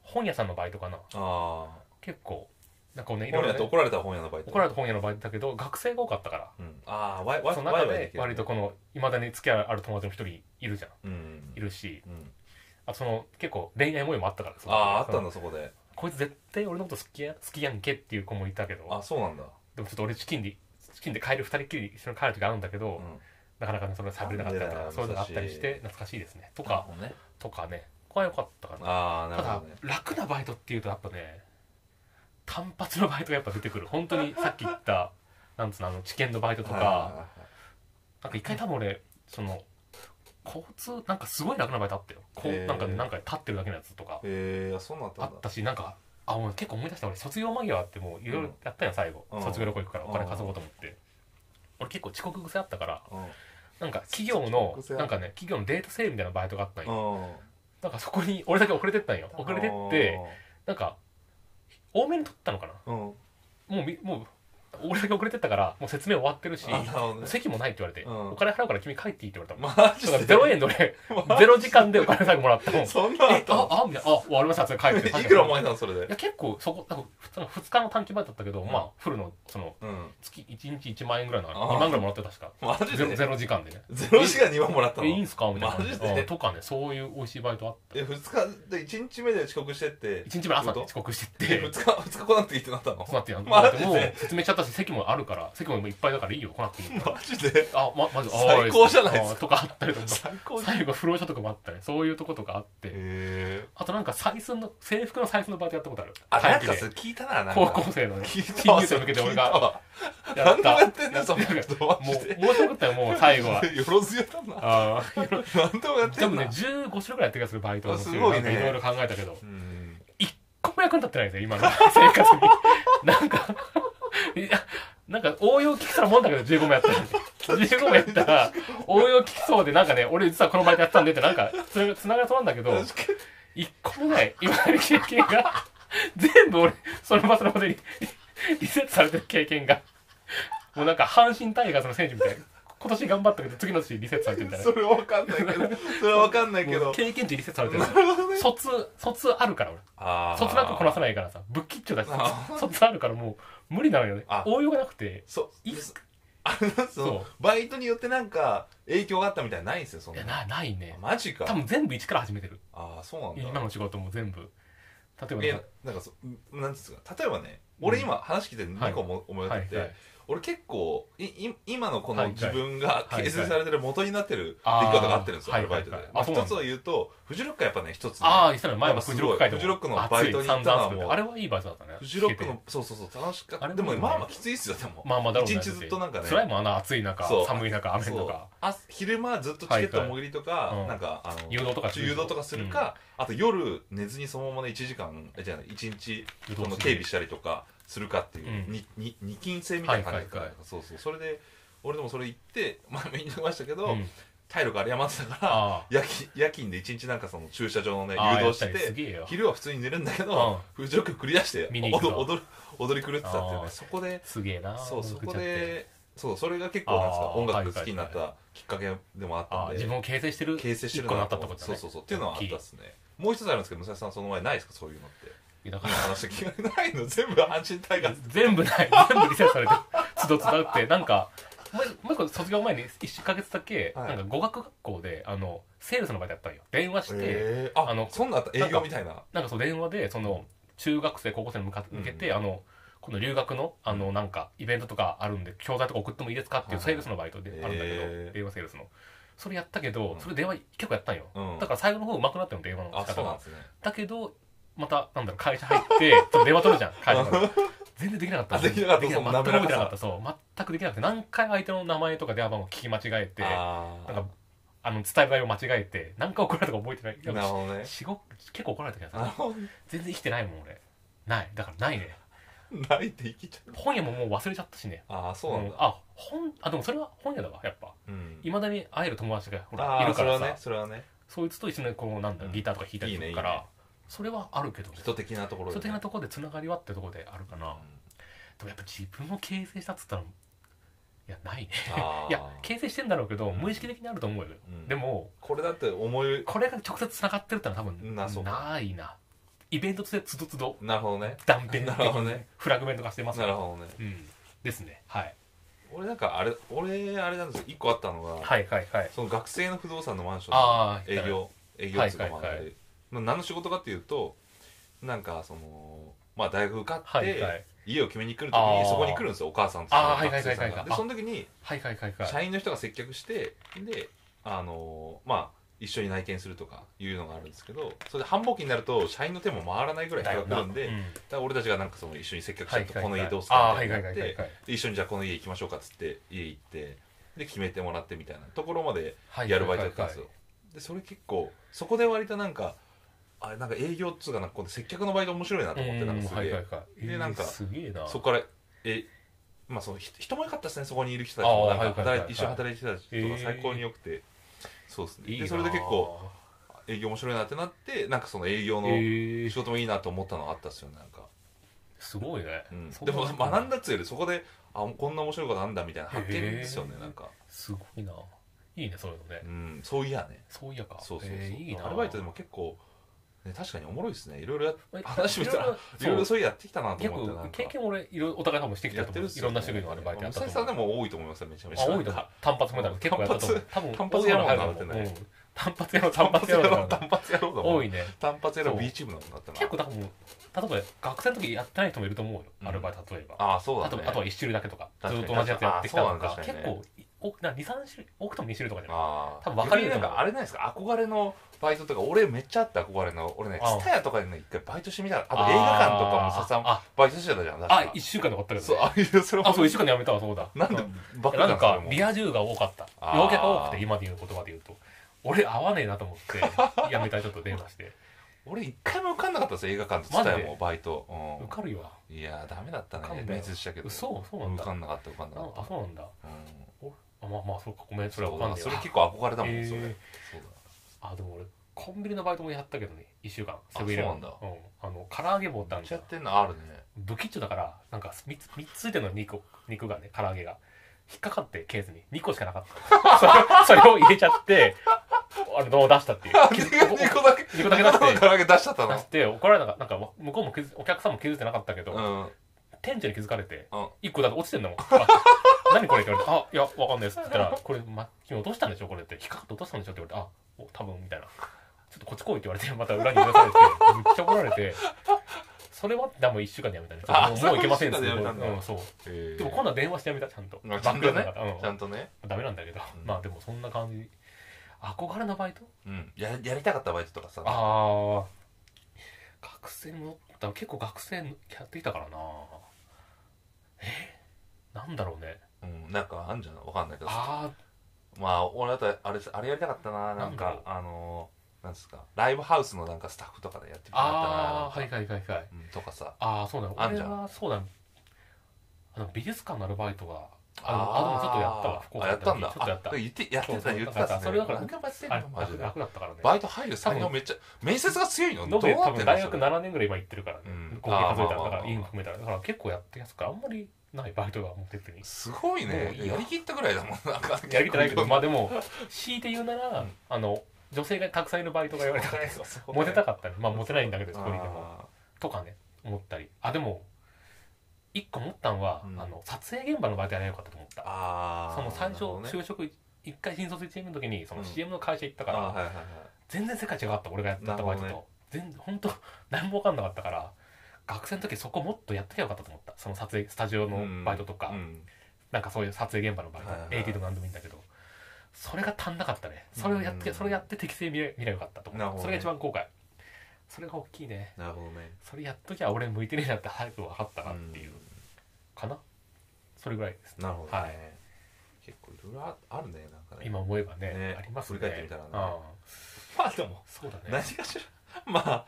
本屋さんのバイトかな
ああ
結構なんかこうねいろ
本屋
いろ
って
ね
怒られた本屋のバイト
怒られた本屋のバイトだけど学生が多かったから
うんああわいわい
その
わ
中
いわいで
で
きる
割とこのいまだに付き合いある友達の一人いるじゃ
う
ん
ん
いるし
うん
あとその結構恋愛模様もあったから
あああったん
の
だそこで
こいつ絶対俺のこと好きや好きやんけっていう子もいたけど
あそうなんだ
でもちょっと俺チキンでチキンで帰る二人っきり一緒に帰る時あるんだけど、
うん
なかなかねそれは喋れなかったりと
なんで
か
だ
そういうのがあった
難
り
しい
して懐かしいですねと
なる
か
ほどね
とかねこれは良かったかな
ああな
た
る
だ
ほどね
楽なバイトっていうとやっぱね単発のバイトがやっぱ出てくる本当 にさっき言ったなんつうのあの知見のバイトと
はいはいはい
か
はい
なんか一回多分俺その交通なんかすごい楽なバイトあったよこう
へー
なんかねなんか立ってるだけのやつとか
へえそうなった
あ
ん
っ
だ
たしなんかあもう結構思い出した俺卒業間際ってもういろいろやったよ最後
うん
卒業旅行行くからお金稼ごうと思って俺結構遅刻癖あったからなんか企業の
遅刻癖ある
なんかね企業のデータセールみたいなバイトがあったん
う
よ
んうん
なんかそこに俺だけ遅れてったんよ遅れてってなんか多めに取ったのかな
うんうん
もうみもう俺だけ遅れてったからもう説明終わってるし
あなるほどね
席もないって言われて、
うん
お金払うから君帰っていいって言われたも ん、
マジ
だから
で
0円で 俺0時間でお金最後もらったもんえ
そんなあった
あ
の
あみたいなあ終わりましたって帰って
いくらお前なのそれ
い
で
や結構そこなんかふなんか2日の短期バイトだったけど、
ん
まあフルのその
うん
月1日1万円ぐらいの
あー
2万ぐらいもらってたしか
マジ
ゼロ
で
ゼロ時間でね
ゼロ時間2万もらったの
えいいんすかみたいな感じ
マジで
うんとかねそういう美味しいバイトあっ
え2日で1日目で遅刻してって
1日目朝ね
どういう
遅刻してって
2日2日来なくていいってなったの
そうなってやん
マジで
もう説明しちゃったし席もあるから席もいっぱいだからいいよ来なくていいから
マジで
あままずあ
最高じゃないですか
あとかあったりとか
最高じゃんへ
最後不老者とかもあったねそういうとことかあって
え
あとなんか採寸の制服の採寸のバイトやったことある
あなん
会議
か
で
それ聞いたななんか
高校生のね
聞いた
金
わ
融生向けて俺
聞いた
が
わ何でもやってんねその人マ
もう
ジで
面白かったよもう最後 は
よろずやだな
あ
何でもやっ
あ
て
で
ん
もね
な
15種類ぐらいやってるやつバイト
あすごいね
なんかいろいろ考えたけど
うん
ここも役に立ってないですよ、今の生活に。なんか、いや、なんか応用聞きそうなもんだけど、15もやったら。15もやったら、応用聞きそうで、なんかね、俺実はこのバイトやってたんでって、なんか、つながつながりそうなんだけ ど、一個もない、今の経験が、全部俺、その場その場でリリセットされてる経験が、もうなんか阪神タイガースの選手みたいな。今年頑張ったけど、次の年リセットされてるみたいな
そ。れは分かんないけどそれは分かんないけ
も
ど
う経験値リセットされてる
な。るほどね
卒、卒あるから俺。
あー
そつなくこなせないからさ、ぶっきっちょだし
あ、
そつあるからもう無理なのよね
あ。
応用がなくて。
そう
いい
あれなんすよ
そう
バイトによってなんか影響があったみたいなのないんですよそん
い
な
や、な、ないね
あ。マジか
多分全部一から始めてる。
ああそうなんだ
今の仕事も全部。例えばなん
え
か、
なんかそうんなんていうんですか例えばね俺今話聞いて2個も思い当た
はい
っ
は
て
い
俺結構いい今のこ
は
の
い
自分が
はい
形成されてる元になってる出
あ
来
ー
事があってるんですよ
は
ア
い
ルバイトで
はいはい
まあ
あそう
一
なんだ
つを言うとフジロックはやっぱね一つね
ああ言ってたの前も
す
フ
ごい
ジロック会でも
フジロックのバイトに行ったのはもう
熱い散々あれはいいバイトだったね
フジロック
聞け
の
て
そうそうそう楽しかっ
あ
た
れ
で
も
も
ね
まあまあきついっすよでも
まあまあだろうね
一日ずっとなんかね
辛いもんあの暑い中
そう
寒い中雨
そ
と
う
か
あ昼間ずっとチケットもぎりとか、
はいはいうん
なんかあの
誘導とかする
誘導とかするか、あと夜寝ずにそのままで1時間えじゃない1日
誘
そ
導する
の警備したりとかするかっていう、
うん
にに二勤制みたいな感じだった、
はいはい
そうそうそれで俺でもそれ行って 前も言いましたけど、
うん
体力あり余ってたから
あ
夜勤夜勤で1日なんかその駐車場のね
あああ
誘導し
やったりす
て
げえよ
昼は普通に寝るんだけど、フジロック繰り出して
見に行くと
踊踊る踊り狂ってたっていう
あ
ね
あ
そこです
げえな
そうそこ
作っちゃって
でそうそれが結構なんですか
あー
音楽好きになったきっかけでもあっ
あ
た
あ
ん
自
で
分を形成してる
形成してる
一個になった
と
って
思ってそう
ことだね
そうそうっていうのはあっ
大き
たっすねもう一つあるんですけど武蔵さんその前ないですかそういうのって
いやだか
今
ら
話した気がないの全部阪神タイガース
全 部ない全部リセットされてるつどつどってなんかもうもう一個卒業前に1ヶ月だけ、
はい
なんか語学学校であのセールスのバイトやったんよ電話して、
えーあ
あの
そんなんあった営業みたいな
なんかそう電話でその中学生高校生に向か向けて、あのこの留学のあのなんかイベントとかあるんで教材とか送ってもいいですかっていう
はい
セールスのバイトであるんだけど、
へー
電話セールスのそれやったけど、
うん
それ電話結構やったんよ、
うん
だから最後の方うまくなったの電話の
あ
仕
そ
方
うなん
が
ですね
だけどまたなんだろう会社入ってちょっと電話取るじゃん 会社から全然できなかった
あできなかった
できな
その
全く
滑ら
覚
かさ
えてなかったそう全くできなくて何回相手の名前とか電話番号聞き間違えてなん
あ
かあの伝え場合を間違えて何回怒られたか覚えてない
ーなるほどね
仕事結構怒られたけど
なる
さ
ほど
全然生きてないもん俺ないだからないね
ないって生きちゃう
本屋ももう忘れちゃったしね
ああそうなん
ん
だ
あ本あでもそれは本屋だわやっぱ
うん
いまだに会える友達がほ
あ
らい
あ
る
そ
か
れ
ら
は
さ、
ねそれはね
そいつと一緒にこうなんだ
う
ろうんギターとか弾いたりするから、
いいねいい
それはあるけどね
人的なところ
そう的
ね
なところでつながりはってところであるかな、でもやっぱ自分を形成したっつったらいやないね
あー
いや形成してんだろうけど、無意識的にあると思うよ、
うん
でも
これだって思い
これが直接つながってるってのは多分
なそうか
ないなイベントとしてつどつど
なるほどね
断片的
なるほど
に
ね
フラグメント化してます
なるほどね
うん、ですね、はい、
俺なんかあれ俺あれなんですよ一個あったのが、
はいはいはい
その学生の不動産のマンショ
ああ
ンの営業営業っつうか
はい
ま
は
あ
いはい
あれまあ何の仕事かっていうとなんかそのまあ大学受かっ
はいはい
て家を決めに来るとき
あ
に
あ
そこに来るんですよお母さんと
ああ
その学生さん
はいはいはい
が
はい
でその時に
はいはいはいはい
社員の人が接客してであのまあ一緒に内見するとかいうのがあるんですけどそれで繁忙期になると社員の手も回らないぐらい人が来るんで
う
だ
ん
から俺たちがなんかその一緒に接客し
は
て
い
るとこの家どうす
あ
か
あ
っ
は
て
いは
ない
は
っ
いはい
て
はい
で一緒にじゃあこの家行きましょうかっつって家行ってで決めてもらってみたいなところまで
はい
やるバイトだったんですよでそれ結構そこで割となんかあれなんか営業っつうかなんかこの接客のバイト面白いなと思って
う
なん
ん
かす
は
げ
いは
え
いはい
で
えー
なんか
すげえな
そこからえまあそのひ人も良かったですねそこにいる人たちも
あ
な
ー
んか
はいはいは
働い
い
一緒に働いてた人とか最高に良くてそうですねでそれで結構営業面白いなってなってなんかその営業の
え
仕事もいいなと思ったのがあったっすよねなんか
すごいね
うん
そ
で
な
も学んだっつうよりそこであこんな面白いことあんだみたいな発見ですよね
へー
なんか
すごいないいねそういうのね
うんそういやね
そういやか
そうそうそう、
えーいいな
アルバイトでも結構、ね、確かにおもろいですねいろいろやっ
え
話見たら
いろい
いろいろ
ろそう
そういうやってきたなと
結
思ってなん
構
か
経験も俺いろいろお互い多分してき
や
た
っ
と
て
思
る
う
っす
い
よ
ろ
ね
んな種類のアルバイトやったと
武蔵さんで
思う
も多いと思いますよめちゃめちゃ
あ多いと思う単発もだから結構やったと思う多分
単発やろうな
多分うん単発やろう単発やろうだから
単発やろうだもん
多いね
単発やろう
そう
B チームだもんだってな
結構だからもう例えば学生の時やってない人もいると思うよ
うん
アルバイト例えば
ああそうだ
あ
ね
とあとは1種類だけとか
確
ず
かに
っと同じやつやってきたと
あ
か
そうなん
結
だ確かに
構多くな23種類多くとも2種類とかじゃない
ああ
多分分かりやすい
なんかあれないですか憧れのバイトとか俺めっちゃあった憧れの俺ね
ああ
t タヤとかでね一回バイトしてみたらあと映画館とかもささん
あ
バイトしてたじゃん確か
あ1週間で終わったけ
そう
どね
あいやそれも
あそう1週間でやめたわそうだ
なんで
うん
ばっかり
なんかリ
ア
ア充が多かった
あー
陽キャが多くて今で言う言葉で言うと俺合わねえなと思 ってやめたいちょっと電話して
俺一回も受かんなかったです映画館と
マ
伝
ジで
えもバイト、うん
受かるよ
いやーダメだったね
受かんない
面接したけど
嘘そうなん
受
だ
かんなかった受かんな
な
か
ん
った
あそうなんだ
うん
あまあまあそうかごめんそ
そ
れは
う
分かん
だ
ない
それ
わ
結構憧れたもん、
えー
それそう
あでも俺コンビニのバイトもやったけどね1週間
そうなんだ
うんあの唐揚げ棒ってあ
だめ
る
っ
ん
ちゃ
だ
やってんのあるね
ブキッチョだからなんか3つ三つついてるの肉肉がね唐揚げが引っかかってケースに2個しかなかったそれそれを入れちゃってあのを出したっていう
2個だけ
二個だけ出して
2個の唐揚げ出しちゃった
出
の
して怒られなかったなんか向こうも気づお客さんも気づいてなかったけど、
うん
店長に気づかれて
うん
1個だと落ちてん だもんあ何これって言われて「あいやわかんないです」って言ったら「これ、ま、君落としたんでしょこれ」って「引っかかって落としたんでしょ」って言われて「あお多分」みたいな「ちょっとこっち来い」って言われてまた裏に出されてめっちゃ怒られてそれはでも1週間でやめたね
あ
もう
それ
も
は
ういけませんっつって
一週間でやめたんだ
うんそう
えー
でも今度は電話してやめたちゃんと
まあちゃんとね
バックだからうん
ちゃんとね、
ダメなんだけど、
うん
まあでもそんな感じ憧れのバイト
うん、ややりたかったバイトとかさ
ああ学生に戻った結構学生やってきたからなえなんだろうね
うん、なんかあんじゃんわかんないけど
あ
まあ俺だとあれあれやりたかったななん
なんだ
か
ろう
あのーなんですかライブハウスのなんかスタッフとかでやってみた
あ
かった
ああ
な
はいはいはいはい
うんとかさ
ああそうだ
あん
俺
じゃん
はそうだあの美術館のアルバイトが
ー
ああでもちょっとやったわ福岡
あやったんだ
ちょっとやった
あ言ってやってた
そうそう
言ってたっすね
それだから
なんでバイトしてん
あ
のマジ
楽
で
楽だったからね
バイト入る才能めっちゃ面接が強いのどうな
延べ多
って
分
んの
大学7年ぐらい今行ってるからね
うん
合計数えた
あーまあ
ら
まあ
だ
まあ
から院も含めたらだから結構やってやすくあんまりないバイトがもう出てに
すごい
も
ね
ういいわ
やりきったぐらいだもんなんか
やりてないけどま
あ
あ でも強いて言うなら、あの女性がたくさんいるバイトが言われたからモ
モ
テたかったねまあモテないんだけどそこにでも
あ
とかね思ったりあでも一個思ったんは、
うん
あの撮影現場のバイトやればよかったと思った
あー
その最
な
初
るほどね
就職一回新卒1年の時にその
うん
CM の会社行った
あ
か
ー
ら、
はいはいはい
全然世界違かった俺がやってた
なるほ
バ
ど
イ
ね
トと、全本当何も分かんなかったから学生の時そこもっとやってきゃよかったと思ったその撮影スタジオのバイトとか、
うん
なんかそういう撮影現場の場合、
はいはい
AD でも何でもいいんだけど、それが足んなかったね。それをやって、
うん
それをやって適正見れ見ればよかったと思
なる
う、
ほどね
それが一番後悔。それが大きいね。
なるほどね
それやっときゃ俺向いてねえなって早く分かったなっていう、かな。それぐらいです。
なるほどね、
はい
結構いろいろああるねなんかね
今思えばね、
ね
ありますね。
振り返ってみたらね
うん
まあでも
そうだ
何
ね。
かしら まあ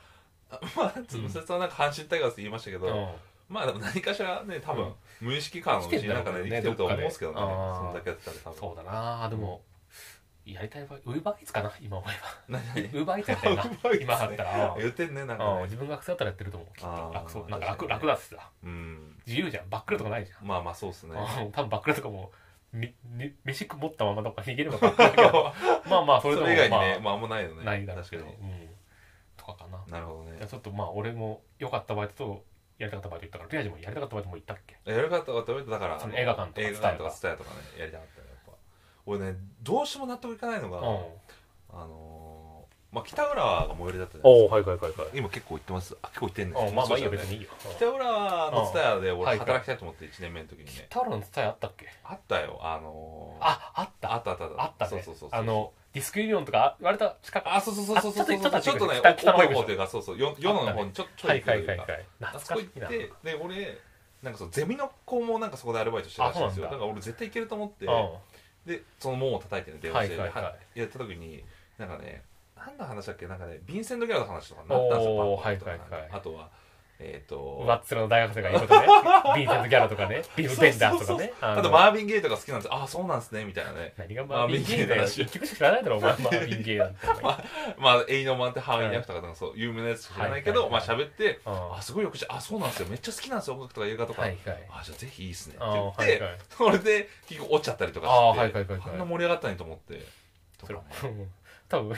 あまあつむせつはなんか阪神タイガースって言いましたけど、
うん
まあでも何かしらね多
う
分
ん
無意識感のうちになんかね
生
生きて
きてんだろうね
ると思うんですけどね
どっかであー
そんだけだったら多分
そうだなでも、やりたい場合、ウーバーイーツかな今思え
何
ば。ウーバーイーツや りたいな
Uber。Eats
今あったら。うん
言ってんねなんか
うん
ね
自分が学生だったらやってると思うきっと
あー
楽そうなんか
確か
楽
にね
楽だしさ
うん
自由じゃんバックルとかないじゃん
まあまあそうっす ね
うん多分バックラとかもみみ飯食持ったままとか逃げればバックラだけど まあまあそ
そ
れ
れ
とも
以外に
ま
ねまああんまないよね
あないんだろうけど、
確か
うん、とかかな
になるほど
いや
ね
ちょっとまあ俺も良かったバイトとやりたかったバイト言ったからリアジもやりたかったバイトも言ったっけ
やり方はどうやってだから
その映画館とか
映画館とか
TSUTAYA
スタヤとかねやりたかったよやっぱ俺ねどうしても納得いかないのが、
うん
あのーまあ北浦和が最寄りだったじゃない
おはいはいはいは
今結構行ってますあ結構行ってん
い、
ね
うん、まあまあいいよ
そう
別
だね
にいいよ
北浦和のツタヤで
うんは
俺
い
働きたいと思って1年目の時にね
タオルの伝えあったっけ
あったよあのー
ああった
あったあったあった
あったね
そうそうそうそう
あのディスクユニオンとか割と近く
あそうそうそうそうそう
あちょっ
そ
と
うそう
ち
ち
ょ
ょ
っ
っ
と
と
行
ね奥
く北北の
の方
方でしょ
というかそうそうよ世の方にちょちょ
はいい
行くと
はいいうはい
か
はい
あ
懐
そこ
かし
行
いな
ってで俺なんかそのゼミの子もなんかそこでアルバイトしてたらしいんですよ
あ
だ
そう
か
なん
ら俺絶対行けると思って
う
でその門を叩いてね電話して
はいはいはい
やった時になんかね何の話だっけなんかねビンセント・ギャラの話とかになったんですよ
おー
パッと
はいはいはい
あとはえっと
ん上っ面の大学生がいるこ とねビンセント・ギャラとかねビーフ・ベンダーとかね
あ
の
とマーヴィン・ゲイトが好きなんですああそうなんですねみたいなね
何が
ま
マ
あ
ービンゲイだ
マー
よ。
ヴィンゲイの話
結局知らないだろ、お前、マービンゲイなんて。
まあエイノマンってハーミン・ヤクとかなんかそう有名なやつしか知らないけど、
はいはいはい
まあ喋って
うん
あすごいよくしあそうなんですよめっちゃ好きなんですよ音楽とか映画とか、
はいはい
あじゃあぜひいいっすねって
あ
言っ
ー
て、
はいはい
それで結局落ちちゃったりとかして
あーはいはいはいはい
あんな盛り上がったのにと思ってと
そ
か
れ
ね
うん多分、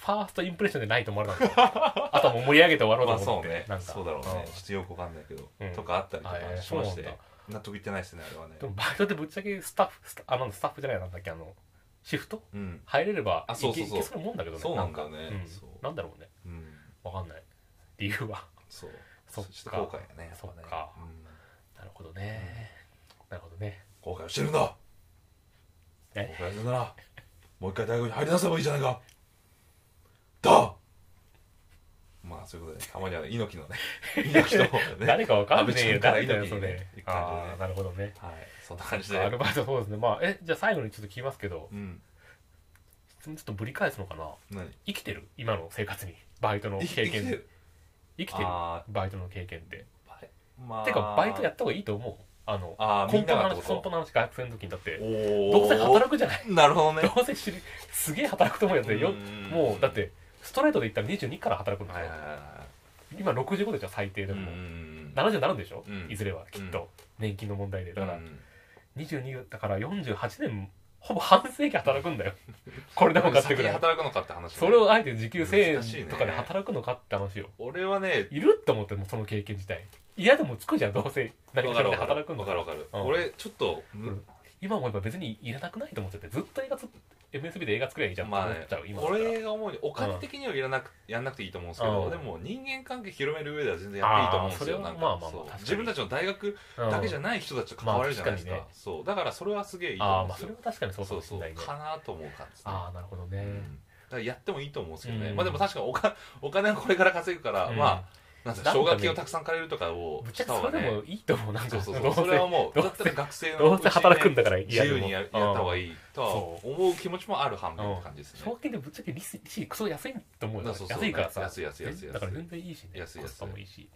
ファーストインプレッションでないと思わなかった。あとはもう盛り上げて終わろ
まあ
うと思
そ
っ
う
て。
ね
なんか
そうだろうね
ん
ちょっとよくわかんないけど、
うん
とかあったりとか
あえー
しまし
そう
て
なんだ
納得いってないっすねあれはね
でもバイトってぶっちゃけスタッフ、スタあの、スタッフじゃないなんだっけ、あの、シフト
うん
入れれば、
あそうそう
い
そう
けいけそうなもんだけどね。
そうなんだ
か
よね
うん
そう
なんだろうね。
うん
わかんない。理由は。
そう
そっ か
ちょっと後悔やねやっぱ
そ
ね
っか
うん
なるほどね。なるほどね。
後悔をしてるんだ後
え
悔するならもう一回大学に入り出せばいいじゃないかだまあそういうことでたまには猪木のね猪木とね
誰かわかんねえよ。
安倍晋三から
誰だよ、
猪
そ
木にね行。
れ
く感
ああ、
じでね
なるほどね。
はいそんな感じ
アル
で
バイトそうですね。まあ、え、じゃあ最後にちょっと聞きますけど、
うん
質問ちょっとぶり返すのかな
何
生きてる今の生活にバイトの
生き
経
て生
験
きてる
生きてる
あ
バイトの経験って
バイまあ
てかバイトやった方がいいと思うあの
あーみ
根
んな
本
がって
の
こ
話
と
根本の話学生の時にだって
お
どうせ働くじゃない
くなるほどね
どうせ知りすげえ働くと思うよってよ
うん
もうだってストレートで言ったら22から働くんだ
はい
よ
はいは
今65でじゃ最低
い
でも
ん
70になるんでしょ
うん
いずれはきっと年金の問題でだから
うん
22だから48年ほぼ半世紀働くんだよ これでも買ってく
先に
れ
働くのかって話
それをあえて時給
難しい
1000
ね
円とかで働くのかって話よ
俺はね
いるって思ってもその経験自体嫌でもつくじゃんどうせ何
わ
か
か
しら
るわ
で
か
働
る
くん
わ
だ
か
か
る
ら
わかる
うん
俺ちょっと
今思えば別にいらなくないと思っててずっと映画つ MSB で映画作ればいいじゃんって
まあ
思っ
ね
ちゃう、今だったら
俺が思うにお金的にはいらなく、やんなくていいと思うんですけ
う
ど
ん
でも人間関係広める上では全然やっていいと思うんですよ
あー
なんか
それはまあまあまあ
そう
確かに
自分たちの大学
うん
だけじゃない人たちと関われるじゃないですか,、
まあ確
そうだからそれはすげえいいと
あ
思
あ
うんで
まあ
す
そ
よ
れは確かにそうか
そ
も
う
し
そ
れ
う
ないね
かなと思う感じですね
ああなるほどね、
うんだからやってもいいと思うんですけどね、
うん
まあでも確かにおかお金はこれから稼ぐから、
うん
まあなんすか
なん
奨
かね
学金をたくさん借りるとかを
ぶっちゃ
し
け
た方
そ
が
れで
ね
もいいと思うなん
そ
か
うそう
ど
そうう
せ
それはもう
どう
だ
せ
ったら学生の
どうせ働くんだから
自由にややった方が
いい
いいとは思う気持ちもある反面って感じです
奨
ね
学金でぶっちゃけ利子利子クソ安いと思う
だか
よ
らそうそう
安いからさ
安い安い安い安い
だから全然いいしね
安い安い
コスパもいいし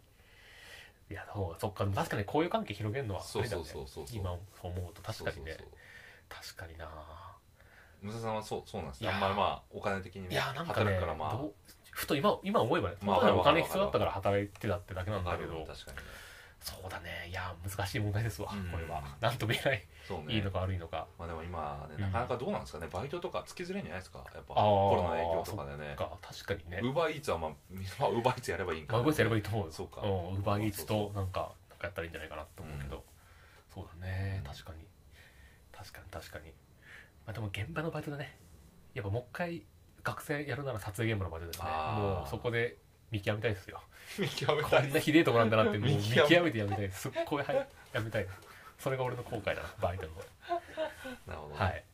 いやそうそっか確かに交友関係広げるのはあ
そう
れだ
そ
ね
うそうそうそう
今思うと確かにね
そうそう
確かにな
そう武蔵さんはそうそうなんです
い
ね
や
あんまりまあお金的にね
いやなんか
働
ね
くからまあ
どうふと今今思えばね、
まあ
その時はお金
わかるわかる
必要だったから働いてたってだけなんだ
な
け
るほ
ど
ど確かにね
そうだねいや難しい問題ですわ、
うん
これはなんとも言えない、
そうね
いいのか悪いのか
まあでも今
うん
ねなかなかどうなんですかねバイトとかつきづらいんじゃないですかやっぱ
あー
コロナの影響とかでね
なんか確かにね
ウーバーイーツはまあまあウーバーイーツやればいいんか
まあ、ウーバーイーツやればいいと思うよ
そうか
ん、ウーバーイーツとなんかなんかやったらいいんじゃないかなと思うけど、そうだね
うん
確かに確かに確かにまあでも現場のバイトだねやっぱもう一回学生やるなら撮影現場のバイトですね
あー
もうそこで見極めたいですよ
見極め
こ
た
んないひでえとこなんだなってもう見
見極め
極めてやめたいすっごいはいやめたいそれが俺の後悔だなバイトの
なるほどね
はい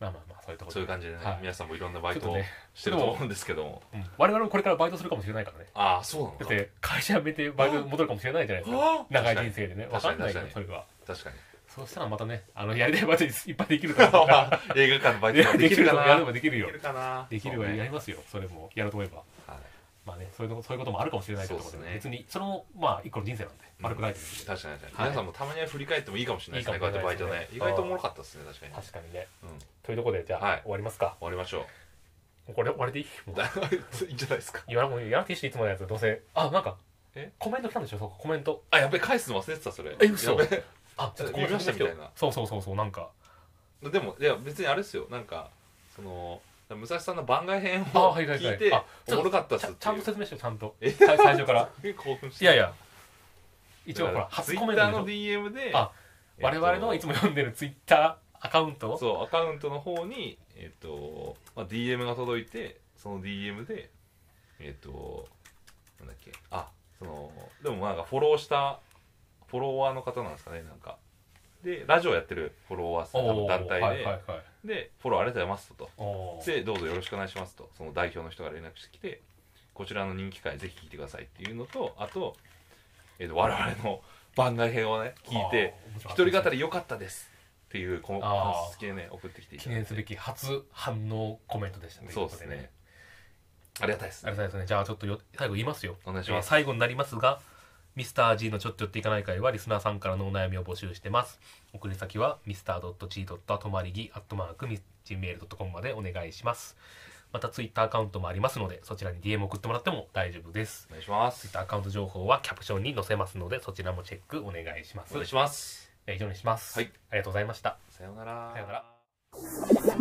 まあまあまあそういうところ
そういう感じでね
はい
皆さんもいろんなバイ
ちょ
ト
っ
を
とね
してると思うんですけども
うん我々もこれからバイトするかもしれないからね
ああそうなの
だっ
か
て会社辞めてバイト戻るかもしれないじゃないですか
あー
長い人生でねわ
確か
か
に
んないよ
確か
そ
に
れは
確かに
そうしたらまたねあのやりたいバイトいっぱいできると思うから
映画館のバイ
い
ト
や
もで
で
き
き
る
る
か
か
な
なやればできる
で
よ
きるかな
できればやりますよそれもやると思えば
そうねはい
まあねそういうのそういうこともあるかもしれないけどもね
そうですね
別にそれもまあ一個の人生なんで悪くないです
確かに確か
は
に
い
皆さんもたまには振り返ってもいいかもしれないです
いい
ね
か
こ
も
うやっ
しれ
て
な
バ
い
イ
です
ト
ね
ね意外とおもろかったですね確かに
確かにね
うん
というところでじゃあ、
はい
終わりますか
終わりましょ
もうこれ終わりで いいもう
ういいんじゃないですか
言わなもうやらなくていいしいつものやつどうせあなんか
え
コメント来たんでしょそうかコメント
あやべ返すの忘れてたそれ
え嘘
やべ
あ
ちょっと見ましたみたいな
そうそうそうそうなんか
でもいや別にあれですよなんかその武蔵さんの番外編を
あはいはいはい
聞いて
あちょ
おもろかったっ
ち
す
ゃ
っ
ち
て
ゃん
い
と
う
説明してよちゃんと
え
さい最初から
すげえ 興奮して
いやいや一応ほら
ツ
初
イ
コメ
ッ
ント
ター
でし
の
ょ
DM で
あ我々のいつ
も
も読んでるツイッターアカウント
そうアカウントの方に、えっとまあ、DM が届いてその DM でえっとなんだっけあそのでもなんかフォローしたフォロワーの方なんですかねなんかでラジオやってるフォロワーさん多分
おー
団体で、
はいはいはい
でフォローありがとうございますと
おー
でどうぞよろしくお願いしますとその代表の人が連絡してきてこちらの人気会ぜひ聞いてくださいっていうのとあと,、えっと我々の番外編をね聞いて
あー面白か
一
ったですね
人語り良かったですっていうこの
あー
感想をね送ってきてい
記
ただい
念
て
すべき初反応コメントでしたとい
そう
こ
で
と
すねありがたいです
あり
ね
がたいですねじゃあちょっとよ最後言いますよ
お願いします
えー最後になりますがミスター g のちょっと寄っていかない会はリスナーさんからのお悩みを募集してます送り先は mr.g.atomari.gmail.com までお願いしますまたツイッターアカウントもありますのでそちらに DM 送ってもらっても大丈夫です
お願いしま
ツイッ
す
ターアカウント情報はキャプションに載せますのでそちらもチェックお願いします
お願いします
えー以上にします、
はい
ありがとうございました
さようなら
さようなら